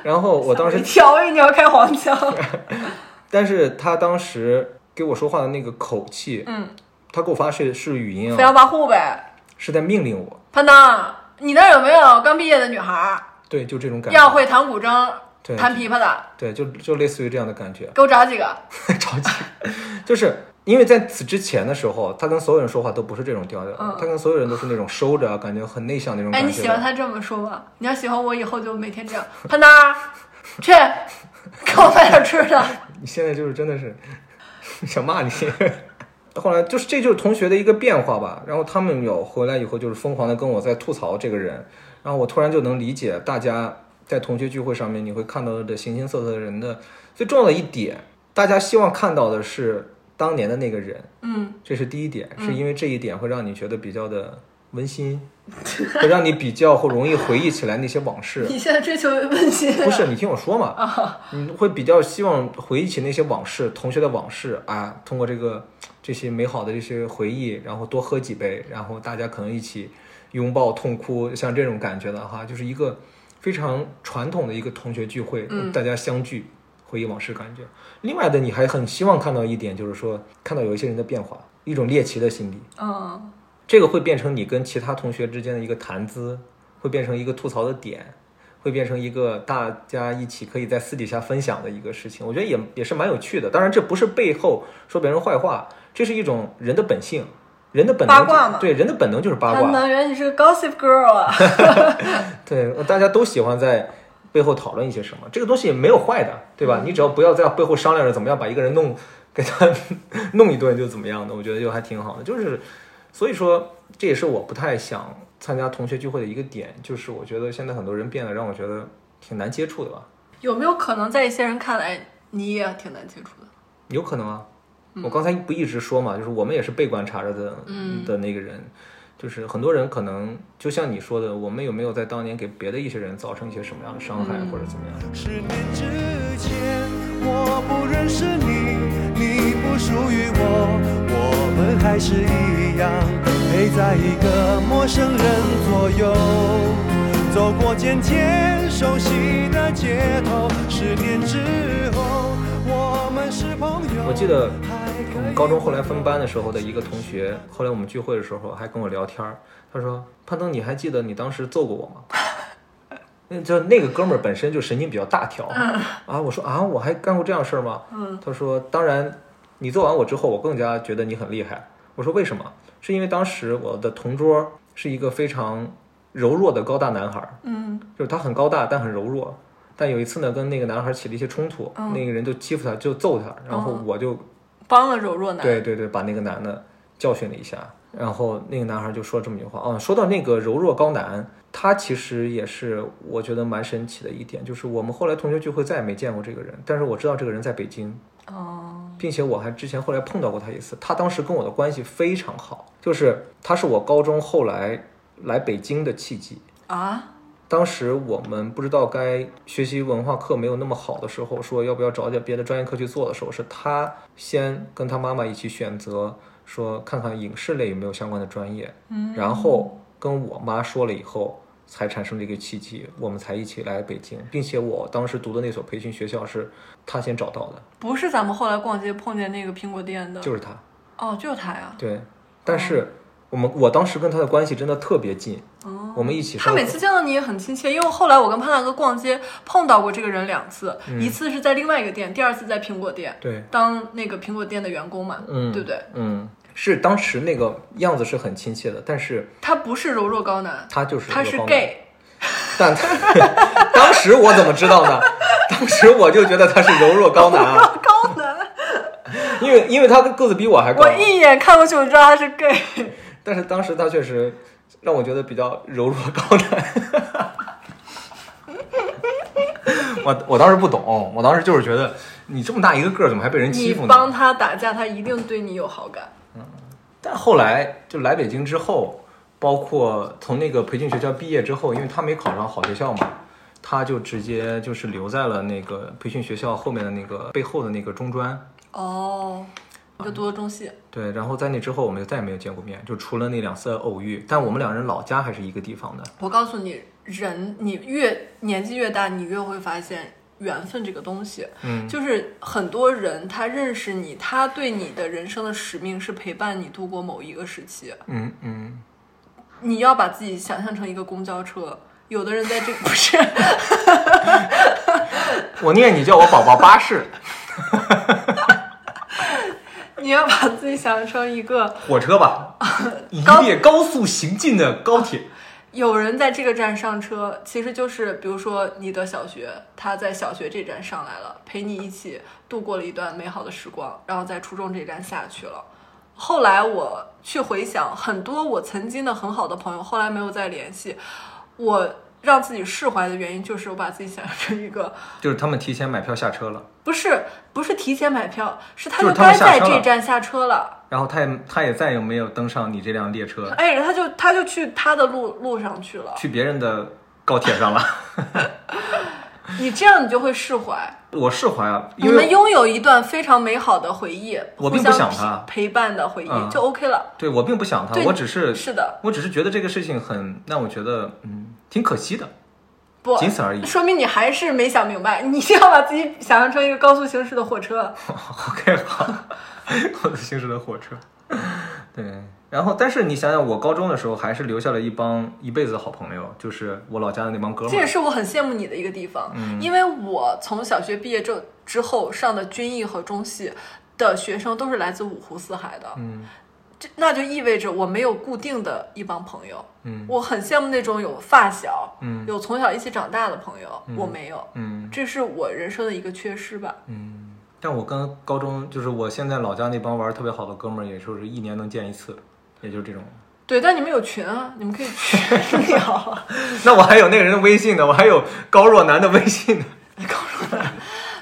Speaker 1: 然后 *laughs* 我当时
Speaker 2: 你 *laughs* 调一你要开黄
Speaker 1: *laughs*
Speaker 2: 腔，
Speaker 1: 但是他当时给我说话的那个口气，
Speaker 2: 嗯，
Speaker 1: 他给我发的是是语音
Speaker 2: 飞扬
Speaker 1: 啊，
Speaker 2: 跋扈呗，
Speaker 1: 是在命令我，
Speaker 2: 潘达，你那儿有没有刚毕业的女孩儿
Speaker 1: 对，就这种感觉，
Speaker 2: 要会弹古筝、
Speaker 1: 对
Speaker 2: 弹琵琶的，
Speaker 1: 对，就就类似于这样的感觉，
Speaker 2: 给我找几个？
Speaker 1: *laughs* 着急，就是因为在此之前的时候，他跟所有人说话都不是这种调调，
Speaker 2: 嗯
Speaker 1: 他跟所有人都是那种收着，啊感觉很内向那种感
Speaker 2: 哎，
Speaker 1: 觉。
Speaker 2: 你喜欢他这么说吗？你要喜欢我，以后就每天这样，潘达，去给我买点吃的。
Speaker 1: 你现在就是真的是 *laughs* 想骂你。 *laughs* 后来就是这就是同学的一个变化吧，然后他们有回来以后就是疯狂的跟我在吐槽这个人，然后我突然就能理解大家在同学聚会上面你会看到的形形色色的人的最重要的一点，大家希望看到的是当年的那个人，
Speaker 2: 嗯，
Speaker 1: 这是第一点，是因为这一点会让你觉得比较的温馨，会让你比较会容易回忆起来那些往事。
Speaker 2: 你现在追求温馨 *laughs* 啊，
Speaker 1: 不是，你听我说嘛，你会比较希望回忆起那些往事，同学的往事啊，通过这个这些美好的这些回忆，然后多喝几杯，然后大家可能一起拥抱痛哭，像这种感觉的哈，就是一个非常传统的一个同学聚会，
Speaker 2: 嗯
Speaker 1: 大家相聚。回忆往事感觉，另外的你还很希望看到一点，就是说看到有一些人的变化，一种猎奇的心理，
Speaker 2: 嗯
Speaker 1: 这个会变成你跟其他同学之间的一个谈资，会变成一个吐槽的点，会变成一个大家一起可以在私底下分享的一个事情。我觉得也也是蛮有趣的。当然，这不是背后说别人坏话，这是一种人的本性，人的本能
Speaker 2: 八卦嘛
Speaker 1: 对人的本能就是八
Speaker 2: 潘
Speaker 1: 卦。
Speaker 2: 达，原来你是个 gossip girl 啊。 *laughs*
Speaker 1: 对，大家都喜欢在背后讨论一些什么，这个东西也没有坏的，对
Speaker 2: 嗯
Speaker 1: 吧？你只要不要在背后商量着怎么样把一个人弄给他 *laughs* 弄一顿就怎么样的，我觉得就还挺好的。就是所以说，这也是我不太想参加同学聚会的一个点，就是我觉得现在很多人变得让我觉得挺难接触的吧，
Speaker 2: 有没有可能在一些人看来，你也挺难接触的？
Speaker 1: 有可能啊。我刚才不一直说嘛，就是我们也是被观察着的、
Speaker 2: 嗯
Speaker 1: 的那个人，就是很多人可能就像你说的，我们有没有在当年给别的一些人造成一些什么样的伤害
Speaker 2: 嗯
Speaker 1: 或者怎么样？
Speaker 5: 十年之前，我不认识你，你不属于我，我们还是一样，陪在一个陌生人左右，走过渐渐熟悉的街头。十年之后，我们是朋友。
Speaker 1: 我记得
Speaker 5: 还可
Speaker 1: 我
Speaker 5: 以
Speaker 1: 们高中后来分班的时候的一个同学，后来我们聚会的时候还跟我聊天儿，他说：“攀登，你还记得你当时揍过我吗？” *laughs* 那就那个哥们儿本身就神经比较大条啊，我说啊，我还干过这样事儿吗？他说：“当然，你揍完我之后，我更加觉得你很厉害。”我说：“为什么？是因为当时我的同桌是一个非常柔弱的高大男孩儿，
Speaker 2: 嗯
Speaker 1: 就是他很高大，但很柔弱。但有一次呢，跟那个男孩起了一些冲突，
Speaker 2: 嗯
Speaker 1: 那个人就欺负他，就揍他，然后
Speaker 2: 哦
Speaker 1: 我就
Speaker 2: 帮了柔弱男。
Speaker 1: 对对对，把那个男的教训了一下，然后那个男孩就说这么一句话啊、说到那个柔弱高男，他其实也是我觉得蛮神奇的一点，就是我们后来同学聚会再也没见过这个人，但是我知道这个人在北京，
Speaker 2: 哦，
Speaker 1: 并且我还之前后来碰到过他一次，他当时跟我的关系非常好，就是他是我高中后来来北京的契机。
Speaker 2: 啊，
Speaker 1: 当时我们不知道该学习文化课没有那么好的时候，说要不要找点别的专业课去做的时候，是他先跟他妈妈一起选择，
Speaker 2: 嗯
Speaker 1: 说看看影视类有没有相关的专业，然后跟我妈说了以后，才产生了一个契机，我们才一起来北京，并且我当时读的那所培训学校是他先找到的，
Speaker 2: 不是咱们后来逛街碰见那个苹果店的，
Speaker 1: 就是他。
Speaker 2: 嗯哦，就是他呀。
Speaker 1: 对，但是我们我当时跟他的关系真的特别近，我们一起
Speaker 2: 哦他
Speaker 1: 上
Speaker 2: 每次见到你也很亲切，因为后来我跟潘大哥逛街碰到过这个人两次，
Speaker 1: 嗯
Speaker 2: 一次是在另外一个店，第二次在苹果店，
Speaker 1: 对，
Speaker 2: 当那个苹果店的员工嘛，
Speaker 1: 嗯，
Speaker 2: 对不对？？
Speaker 1: 嗯，是当时那个样子是很亲切的，但是
Speaker 2: 他不是柔弱高男，
Speaker 1: 他就是
Speaker 2: 他
Speaker 1: 一个
Speaker 2: 是
Speaker 1: 方面
Speaker 2: gay，
Speaker 1: 但他当时我怎么知道呢？ *laughs* 当时我就觉得他是柔弱高男啊，
Speaker 2: 高男，
Speaker 1: *laughs* 因为因为他个子比我还高
Speaker 2: 我，一眼看过去我就知道他是 gay。
Speaker 1: 但是当时他确实让我觉得比较柔弱高男。 *laughs* 我我当时不懂，我当时就是觉得你这么大一个个儿，怎么还被人欺
Speaker 2: 你
Speaker 1: 负呢？
Speaker 2: 帮他打架，他一定对你有好感。
Speaker 1: 但后来就来北京之后，包括从那个培训学校毕业之后，因为他没考上好学校嘛，他就直接就是留在了那个培训学校后面的那个背后的那个中专。
Speaker 2: 哦，你就读的中戏，
Speaker 1: 对，然后在那之后，我们就再也没有见过面，就除了那两次偶遇。但我们两人老家还是一个地方的。
Speaker 2: 我告诉你，人你越年纪越大，你越会发现缘分这个东西。
Speaker 1: 嗯，
Speaker 2: 就是很多人他认识你，他对你的人生的使命是陪伴你度过某一个时期。
Speaker 1: 嗯嗯，
Speaker 2: 你要把自己想象成一个公交车，有的人在这 *laughs* 不是，
Speaker 1: 我念你叫我宝宝巴士 *laughs*
Speaker 2: *laughs* 你要把自己想象成一个
Speaker 1: 火车吧，一
Speaker 2: 高
Speaker 1: 列高速行进的高铁。
Speaker 2: 有人在这个站上车，其实就是比如说你的小学，他在小学这站上来了，陪你一起度过了一段美好的时光，然后在初中这站下去了。后来我去回想，很多我曾经的很好的朋友，后来没有再联系。我让自己释怀的原因，就是我把自己想象成一个
Speaker 1: 就是他们提前买票下车了，
Speaker 2: 不是不是提前买票，是他
Speaker 1: 就
Speaker 2: 就是
Speaker 1: 他们
Speaker 2: 该
Speaker 1: 下
Speaker 2: 在
Speaker 1: 车
Speaker 2: 这
Speaker 1: 了
Speaker 2: 站下车了。
Speaker 1: 然后他也他也再也没有登上你这辆列车，
Speaker 2: 哎，他就他就去他的路路上去了。
Speaker 1: 去别人的高铁上了。 *laughs*
Speaker 2: 你这样你就会释怀。
Speaker 1: 我释怀啊，
Speaker 2: 你
Speaker 1: 因
Speaker 2: 们
Speaker 1: 为
Speaker 2: 拥有一段非常美好的回忆，
Speaker 1: 我
Speaker 2: 互
Speaker 1: 并不
Speaker 2: 相
Speaker 1: 想他
Speaker 2: 陪伴的回忆、
Speaker 1: 嗯
Speaker 2: 就 OK 了。
Speaker 1: 对我并不想他
Speaker 2: 对，
Speaker 1: 我只是
Speaker 2: 是的，
Speaker 1: 我只是觉得这个事情很让我觉得嗯挺可惜的，
Speaker 2: 不，
Speaker 1: 仅此而已。 *laughs*
Speaker 2: 说明你还是没想明白，你一定要把自己想象成一个高速行驶的火
Speaker 1: *laughs*
Speaker 2: 车。
Speaker 1: OK，好， *laughs* 我的行驶的火车。 *laughs* 对，然后但是你想想，我高中的时候还是留下了一帮一辈子的好朋友，就是我老家的那帮哥们
Speaker 2: 这也
Speaker 1: 儿。
Speaker 2: 是我很羡慕你的一个地方，
Speaker 1: 嗯
Speaker 2: 因为我从小学毕业之之后上的军艺和中戏的学生都是来自五湖四海的，
Speaker 1: 嗯
Speaker 2: 这那就意味着我没有固定的一帮朋友。
Speaker 1: 嗯
Speaker 2: 我很羡慕那种有发小、
Speaker 1: 嗯
Speaker 2: 有从小一起长大的朋友，我没有，
Speaker 1: 嗯
Speaker 2: 这是我人生的一个缺失吧。
Speaker 1: 嗯。但我跟高中就是我现在老家那帮玩儿特别好的哥们儿，也就是一年能见一次，也就是这种。
Speaker 2: 对，但你们有群啊，你们可以
Speaker 1: *laughs*
Speaker 2: 群啊聊。
Speaker 1: 那我还有那个人的微信呢，我还有高若楠的微信呢。 *laughs*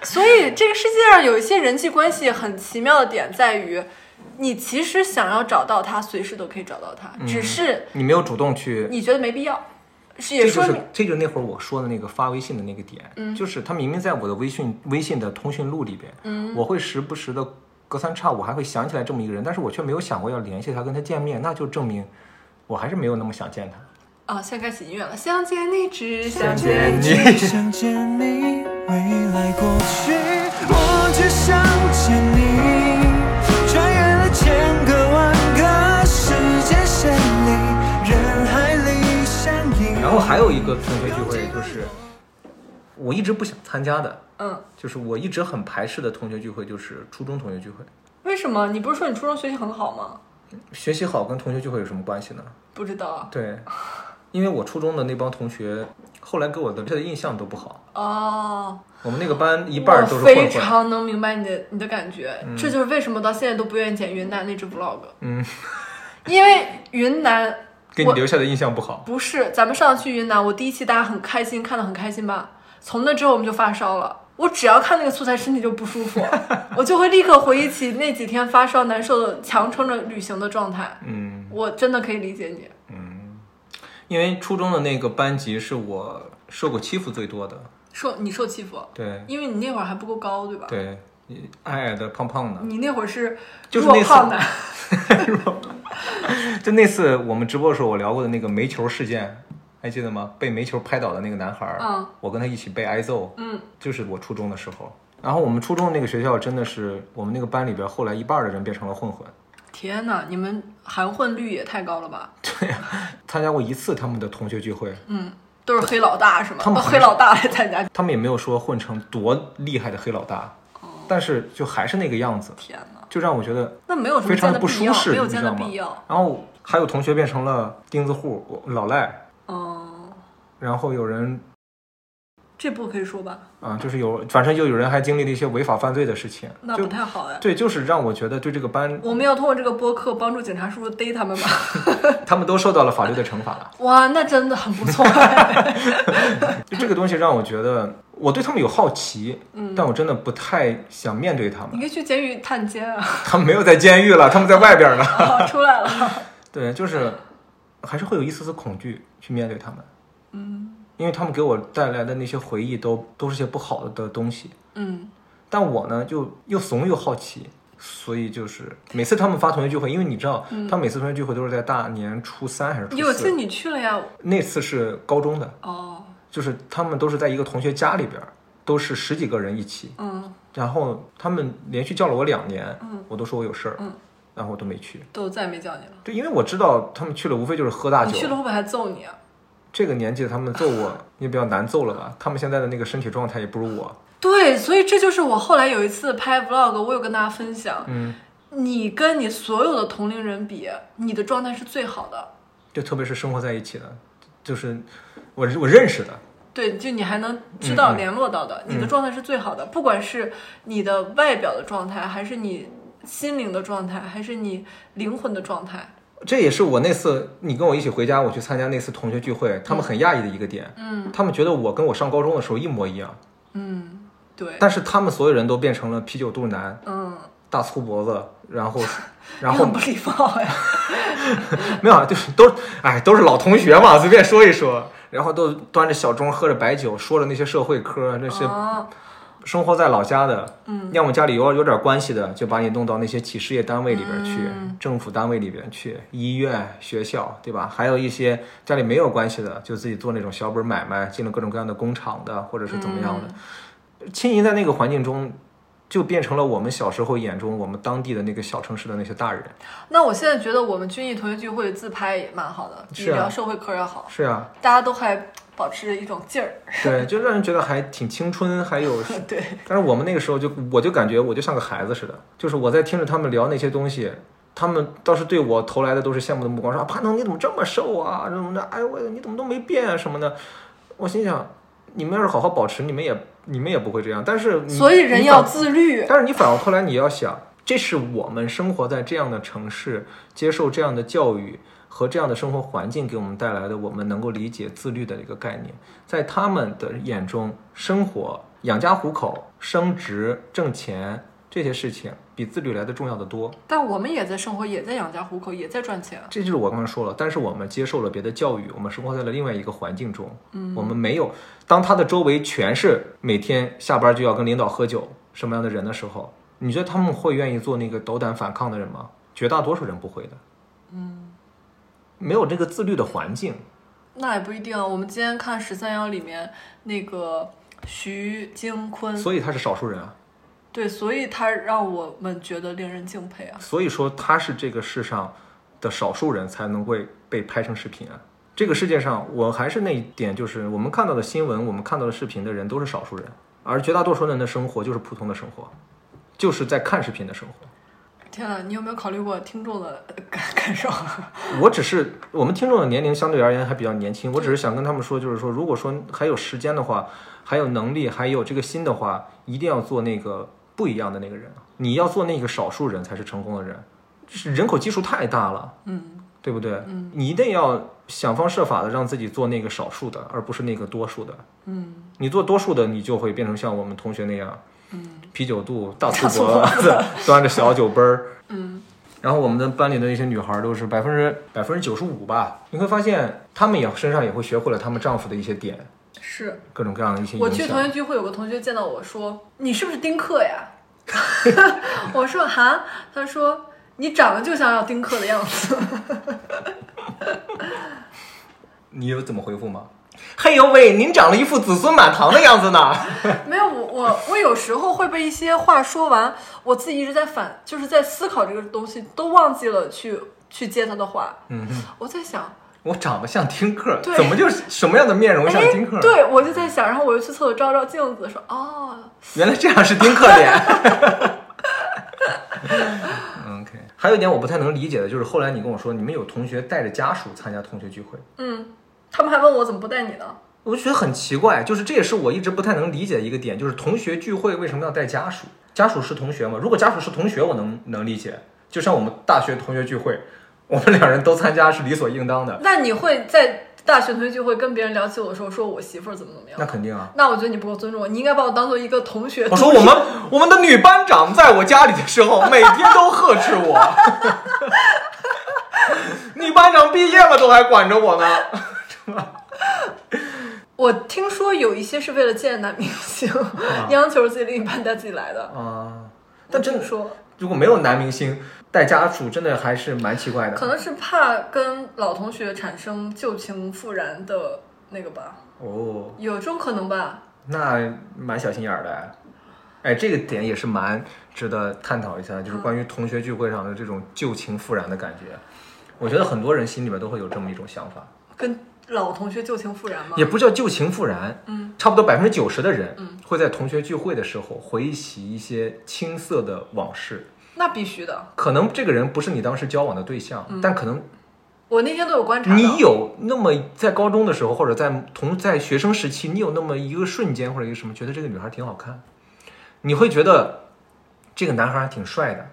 Speaker 2: 所以这个世界上有一些人际关系很奇妙的点在于，你其实想要找到他，随时都可以找到他，只
Speaker 1: 嗯
Speaker 2: 是
Speaker 1: 你没有主动去
Speaker 2: 你觉得没必要，是也
Speaker 1: 这就
Speaker 2: 说嗯
Speaker 1: 是
Speaker 2: 明
Speaker 1: 这就是那会儿我说的那个发微信的那个点，就是他明明在我的微信微信的通讯录里边，
Speaker 2: 嗯
Speaker 1: 我会时不时的隔三差五还会想起来这么一个人，但是我却没有想过要联系他跟他见面，那就证明我还是没有那么想见他。
Speaker 2: 啊，现在开始音乐了，想见你只想
Speaker 5: *laughs*
Speaker 2: 见。
Speaker 1: 见你，
Speaker 5: 想见你，未来过去，我只想见你。穿越了千个万个时间线里，人海里相依。
Speaker 1: 然后还有一个同学聚会就是我一直不想参加的，
Speaker 2: 嗯，
Speaker 1: 就是我一直很排斥的同学聚会，就是初中同学聚会。
Speaker 2: 为什么？你不是说你初中学习很好吗？
Speaker 1: 学习好跟同学聚会有什么关系呢？
Speaker 2: 不知道啊。
Speaker 1: 对，因为我初中的那帮同学后来给我的印象都不好。
Speaker 2: 哦，
Speaker 1: 我们那个班一半儿都是
Speaker 2: 我
Speaker 1: 混
Speaker 2: 非
Speaker 1: 混，
Speaker 2: 常能明白你的你的感觉，这就是为什么到现在都不愿意剪云南那支 vlog。
Speaker 1: 嗯，
Speaker 2: *laughs* 因为云南
Speaker 1: 给你留下的印象不好。
Speaker 2: 不是，咱们上次去云南，我第一期大家很开心，看得很开心吧？从那之后我们就发烧了。我只要看那个素材，身体就不
Speaker 1: *laughs*
Speaker 2: 舒服，我就会立刻回忆起那几天发烧难受的、强撑着旅行的状态。
Speaker 1: 嗯
Speaker 2: 我真的可以理解你。
Speaker 1: 嗯，因为初中的那个班级是我受过欺负最多的，
Speaker 2: 受你受欺负，
Speaker 1: 对
Speaker 2: 因为你那会儿还不够高，对吧？
Speaker 1: 对，矮矮的胖胖的。
Speaker 2: 你那会儿是
Speaker 1: 就是
Speaker 2: 弱
Speaker 1: 那次
Speaker 2: 胖男，
Speaker 1: 就那次我们直播的时候，我聊过的那个煤球事件，还记得吗？被煤球拍倒的那个男孩儿，
Speaker 2: 嗯
Speaker 1: 我跟他一起被挨揍，
Speaker 2: 嗯，
Speaker 1: 就是我初中的时候。然后我们初中那个学校真的是，我们那个班里边后来一半儿的人变成了混混，
Speaker 2: 天哪，你们含混率也太高了吧？
Speaker 1: *laughs* 参加过一次他们的同学聚会，
Speaker 2: 嗯都是黑老大是吗？
Speaker 1: 他们
Speaker 2: 哦
Speaker 1: 好
Speaker 2: 黑老大来参加，
Speaker 1: 他们也没有说混成多厉害的黑老大，
Speaker 2: 哦
Speaker 1: 但是就还是那个样子，
Speaker 2: 天哪，
Speaker 1: 就让我觉得
Speaker 2: 那没有什么
Speaker 1: 非
Speaker 2: 见
Speaker 1: 常
Speaker 2: 的
Speaker 1: 不
Speaker 2: 必
Speaker 1: 舒
Speaker 2: 要，
Speaker 1: 适，
Speaker 2: 没有
Speaker 1: 你知
Speaker 2: 见
Speaker 1: 道
Speaker 2: 的
Speaker 1: 吗
Speaker 2: 必要。？
Speaker 1: 然后还有同学变成了钉子户、我老赖，
Speaker 2: 嗯，
Speaker 1: 然后有人
Speaker 2: 这不可以说吧？
Speaker 1: 啊、就是有，反正就有人还经历了一些违法犯罪的事情，
Speaker 2: 那
Speaker 1: 就
Speaker 2: 不太好哎。
Speaker 1: 对，就是让我觉得对这个
Speaker 2: *laughs*
Speaker 1: 班，
Speaker 2: 我们要通过这个播客帮助警察叔叔逮他们吧？ *laughs*
Speaker 1: 他们都受到了法律的惩罚。
Speaker 2: 哇，那真的很不错、哎。 *laughs*
Speaker 1: 就这个东西让我觉得，我对他们有好奇，
Speaker 2: 嗯
Speaker 1: 但我真的不太想面对他
Speaker 2: 你
Speaker 1: 们。
Speaker 2: 可以去监狱探监啊！
Speaker 1: 他们没有在监狱了，他们在外边呢。
Speaker 2: 哦，出
Speaker 1: *laughs*
Speaker 2: 来了。
Speaker 1: 对，就是还是会有一丝丝恐惧去面对他们。嗯，因为他们给我带来的那些回忆都都是些不好的东西，
Speaker 2: 嗯，
Speaker 1: 但我呢就又怂又好奇。所以就是每次他们发同学聚会，因为你知道，他们每次同学聚会都是在大年初三还是初
Speaker 2: 有次
Speaker 1: 四。
Speaker 2: 嗯你去了呀？
Speaker 1: 那次是高中的，
Speaker 2: 哦，
Speaker 1: 就是他们都是在一个同学家里边儿，都是十几个人一起，
Speaker 2: 嗯，
Speaker 1: 然后他们连续叫了我两年，
Speaker 2: 嗯
Speaker 1: 我都说我有事儿，
Speaker 2: 嗯
Speaker 1: 然后我都没去。
Speaker 2: 都再没叫你了。
Speaker 1: 对，因为我知道他们去了，无非就是喝大
Speaker 2: 你去
Speaker 1: 酒。
Speaker 2: 了会不会还揍你啊？
Speaker 1: 这个年纪他们揍我也比较难揍了吧？他们现在的那个身体状态也不如我。
Speaker 2: 对，所以这就是我后来有一次拍 vlog，我有跟大家分享，
Speaker 1: 嗯，
Speaker 2: 你跟你所有的同龄人比，你的状态是最好的。
Speaker 1: 就特别是生活在一起的，就是我我认识的，
Speaker 2: 对，就你还能知道
Speaker 1: 嗯嗯
Speaker 2: 联络到的，你的
Speaker 1: 嗯
Speaker 2: 状态是最好的，不管是你的外表的状态，还是你心灵的状态，还是你灵魂的状态。
Speaker 1: 这也是我那次你跟我一起回家，我去参加那次同学聚会，他们很讶异的一个点。
Speaker 2: 嗯，
Speaker 1: 他们觉得我跟我上高中的时候一模一样，
Speaker 2: 嗯，对，
Speaker 1: 但是他们所有人都变成了啤酒肚男、
Speaker 2: 嗯，
Speaker 1: 大粗脖子，然后然
Speaker 2: 你
Speaker 1: 后
Speaker 2: 很不礼貌呀。
Speaker 1: *laughs* 没有，啊，就是都，哎，都是老同学嘛，随便说一说，然后都端着小盅，喝着白酒，说着那些社会科，那些
Speaker 2: 啊，
Speaker 1: 生活在老家的，
Speaker 2: 嗯，
Speaker 1: 要么家里有有点关系的，就把你弄到那些企事业单位里边去，政府单位里边去，医院、学校，对吧？还有一些家里没有关系的，就自己做那种小本买卖，进了各种各样的工厂的，或者是怎么样的，浸淫在那个环境中。就变成了我们小时候眼中我们当地的那个小城市的那些大人。
Speaker 2: 那我现在觉得我们军艺同学聚会自拍也蛮好的，比
Speaker 1: 是啊
Speaker 2: 聊社会科要好，
Speaker 1: 是啊，
Speaker 2: 大家都还保持着一种劲儿。 *laughs*
Speaker 1: 对，就让人觉得还挺青春，还有
Speaker 2: 对，
Speaker 1: *laughs* 但是我们那个时候就，我就感觉我就像个孩子似的，就是我在听着他们聊那些东西，他们倒是对我投来的都是羡慕的目光，说啊，潘总你怎么这么瘦啊，什么的，哎我你怎么都没变啊什么的。我心想，你们要是好好保持，你们也你们也不会这样。但是你
Speaker 2: 所以人
Speaker 1: 嗯你
Speaker 2: 要
Speaker 1: 反
Speaker 2: 自律。
Speaker 1: 但是你反过头来你要想，这是我们生活在这样的城市，接受这样的教育和这样的生活环境给我们带来的，我们能够理解自律的一个概念。在他们的眼中，生活、养家糊口、升职、挣钱这些事情，比自律来的重要的多。
Speaker 2: 但我们也在生活，也在养家糊口，也在赚钱。
Speaker 1: 这就是我刚刚说了，但是我们接受了别的教育，我们生活在了另外一个环境中，嗯，我们没有当他的周围全是每天下班就要跟领导喝酒什么样的人的时候，你觉得他们会愿意做那个斗胆反抗的人吗？绝大多数人不会的，嗯，没有这个自律的环境，
Speaker 2: 那也不一定啊。我们今天看《十三幺》里面那个徐京坤，
Speaker 1: 所以他是少数人啊，
Speaker 2: 对，所以他让我们觉得令人敬佩啊。
Speaker 1: 所以说他是这个世上的少数人才能会被拍成视频啊。这个世界上，我还是那一点，就是我们看到的新闻，我们看到的视频的人都是少数人，而绝大多数人的生活就是普通的生活，就是在看视频的生活。
Speaker 2: 天呐，你有没有考虑过听众的 *laughs* 呃感感受？
Speaker 1: 我只是我们听众的年龄相对而言还比较年轻，我只是想跟他们说，就是说，如果说还有时间的话，还有能力，还有这个心的话，一定要做那个不一样的那个人。你要做那个少数人才是成功的人，是人口基数太大了，嗯，对不对？嗯，你一定要想方设法的让自己做那个少数的，而不是那个多数的。嗯，你做多数的，你就会变成像我们同学那样，嗯，啤酒肚、大粗脖子，端着小酒杯儿。然后我们的班里的一些女孩都是百分之百分之九十五吧，你会发现她们也身上也会学会了她们丈夫的一些点，
Speaker 2: 是
Speaker 1: 各种各样的一些
Speaker 2: 我
Speaker 1: 影
Speaker 2: 去同学
Speaker 1: 响。
Speaker 2: 聚会，有个同学见到我说：“你是不是丁克呀？” *laughs* 我说：“哈。”他说：“你长得就像要丁克的样子。”
Speaker 1: 你有怎么回复吗？嘿呦喂，您长了一副子孙满堂的样子呢。
Speaker 2: 没有，我我我有时候会被一些话说完，我自己一直在反，就是在思考这个东西，都忘记了去去接他的话。
Speaker 1: 嗯，
Speaker 2: 我在想，
Speaker 1: 我长得像丁克，
Speaker 2: 对
Speaker 1: 怎么就是什么样的面容像
Speaker 2: 哎
Speaker 1: 丁克？，
Speaker 2: 对我就在想，然后我又去厕所照照镜子，说哦，
Speaker 1: 原来这样是丁克脸。OK，还嗯有一点我不太能理解的就是，后来你跟我说你们有同学带着家属参加同学聚会，
Speaker 2: 嗯，他们还问我怎么不带你呢？
Speaker 1: 我就觉得很奇怪，就是这也是我一直不太能理解的一个点，就是同学聚会为什么要带家属？家属是同学吗？如果家属是同学，我能能理解。就像我们大学同学聚会，我们两人都参加是理所应当的，
Speaker 2: 那你会在大学同学聚会跟别人聊起我的时候，说我媳妇儿怎么怎么样
Speaker 1: 那？肯哦定啊。
Speaker 2: 那我觉得你不够尊重我，你应该把我当做一个同学。
Speaker 1: 我说我们我们的女班长在我家里的时候，每天都呵斥我。女班长毕业了都还管着我呢，
Speaker 2: 我听说有一些是为了见男明
Speaker 1: *laughs*
Speaker 2: 星，央求自己另一半带自己来的。
Speaker 1: 啊！但真
Speaker 2: 这么
Speaker 1: 的说，
Speaker 2: 说，
Speaker 1: 如果没有男明星带家属，真的还是蛮奇怪的。
Speaker 2: 可能是怕跟老同学产生旧情复燃的那个吧，
Speaker 1: 哦，
Speaker 2: 有这种可能吧？
Speaker 1: 那蛮小心眼儿的哎。哎，这个点也是蛮值得探讨一下，就是关
Speaker 2: 嗯
Speaker 1: 于同学聚会上的这种旧情复燃的感觉。我觉得很多人心里面都会有这么一种想法，
Speaker 2: 跟老同学旧情复燃吗
Speaker 1: 也？不叫旧情复燃，
Speaker 2: 嗯，
Speaker 1: 差不多百分之九十的人
Speaker 2: 嗯
Speaker 1: 会在同学聚会的时候回忆起一些青涩的往事。
Speaker 2: 那必须的。
Speaker 1: 可能这个人不是你当时交往的对象，
Speaker 2: 嗯
Speaker 1: 但可能
Speaker 2: 我那天都有观察到，
Speaker 1: 你有那么在高中的时候，或者在同在学生时期，你有那么一个瞬间或者一个什么，觉得这个女孩挺好看，你会觉得这个男孩还挺帅的，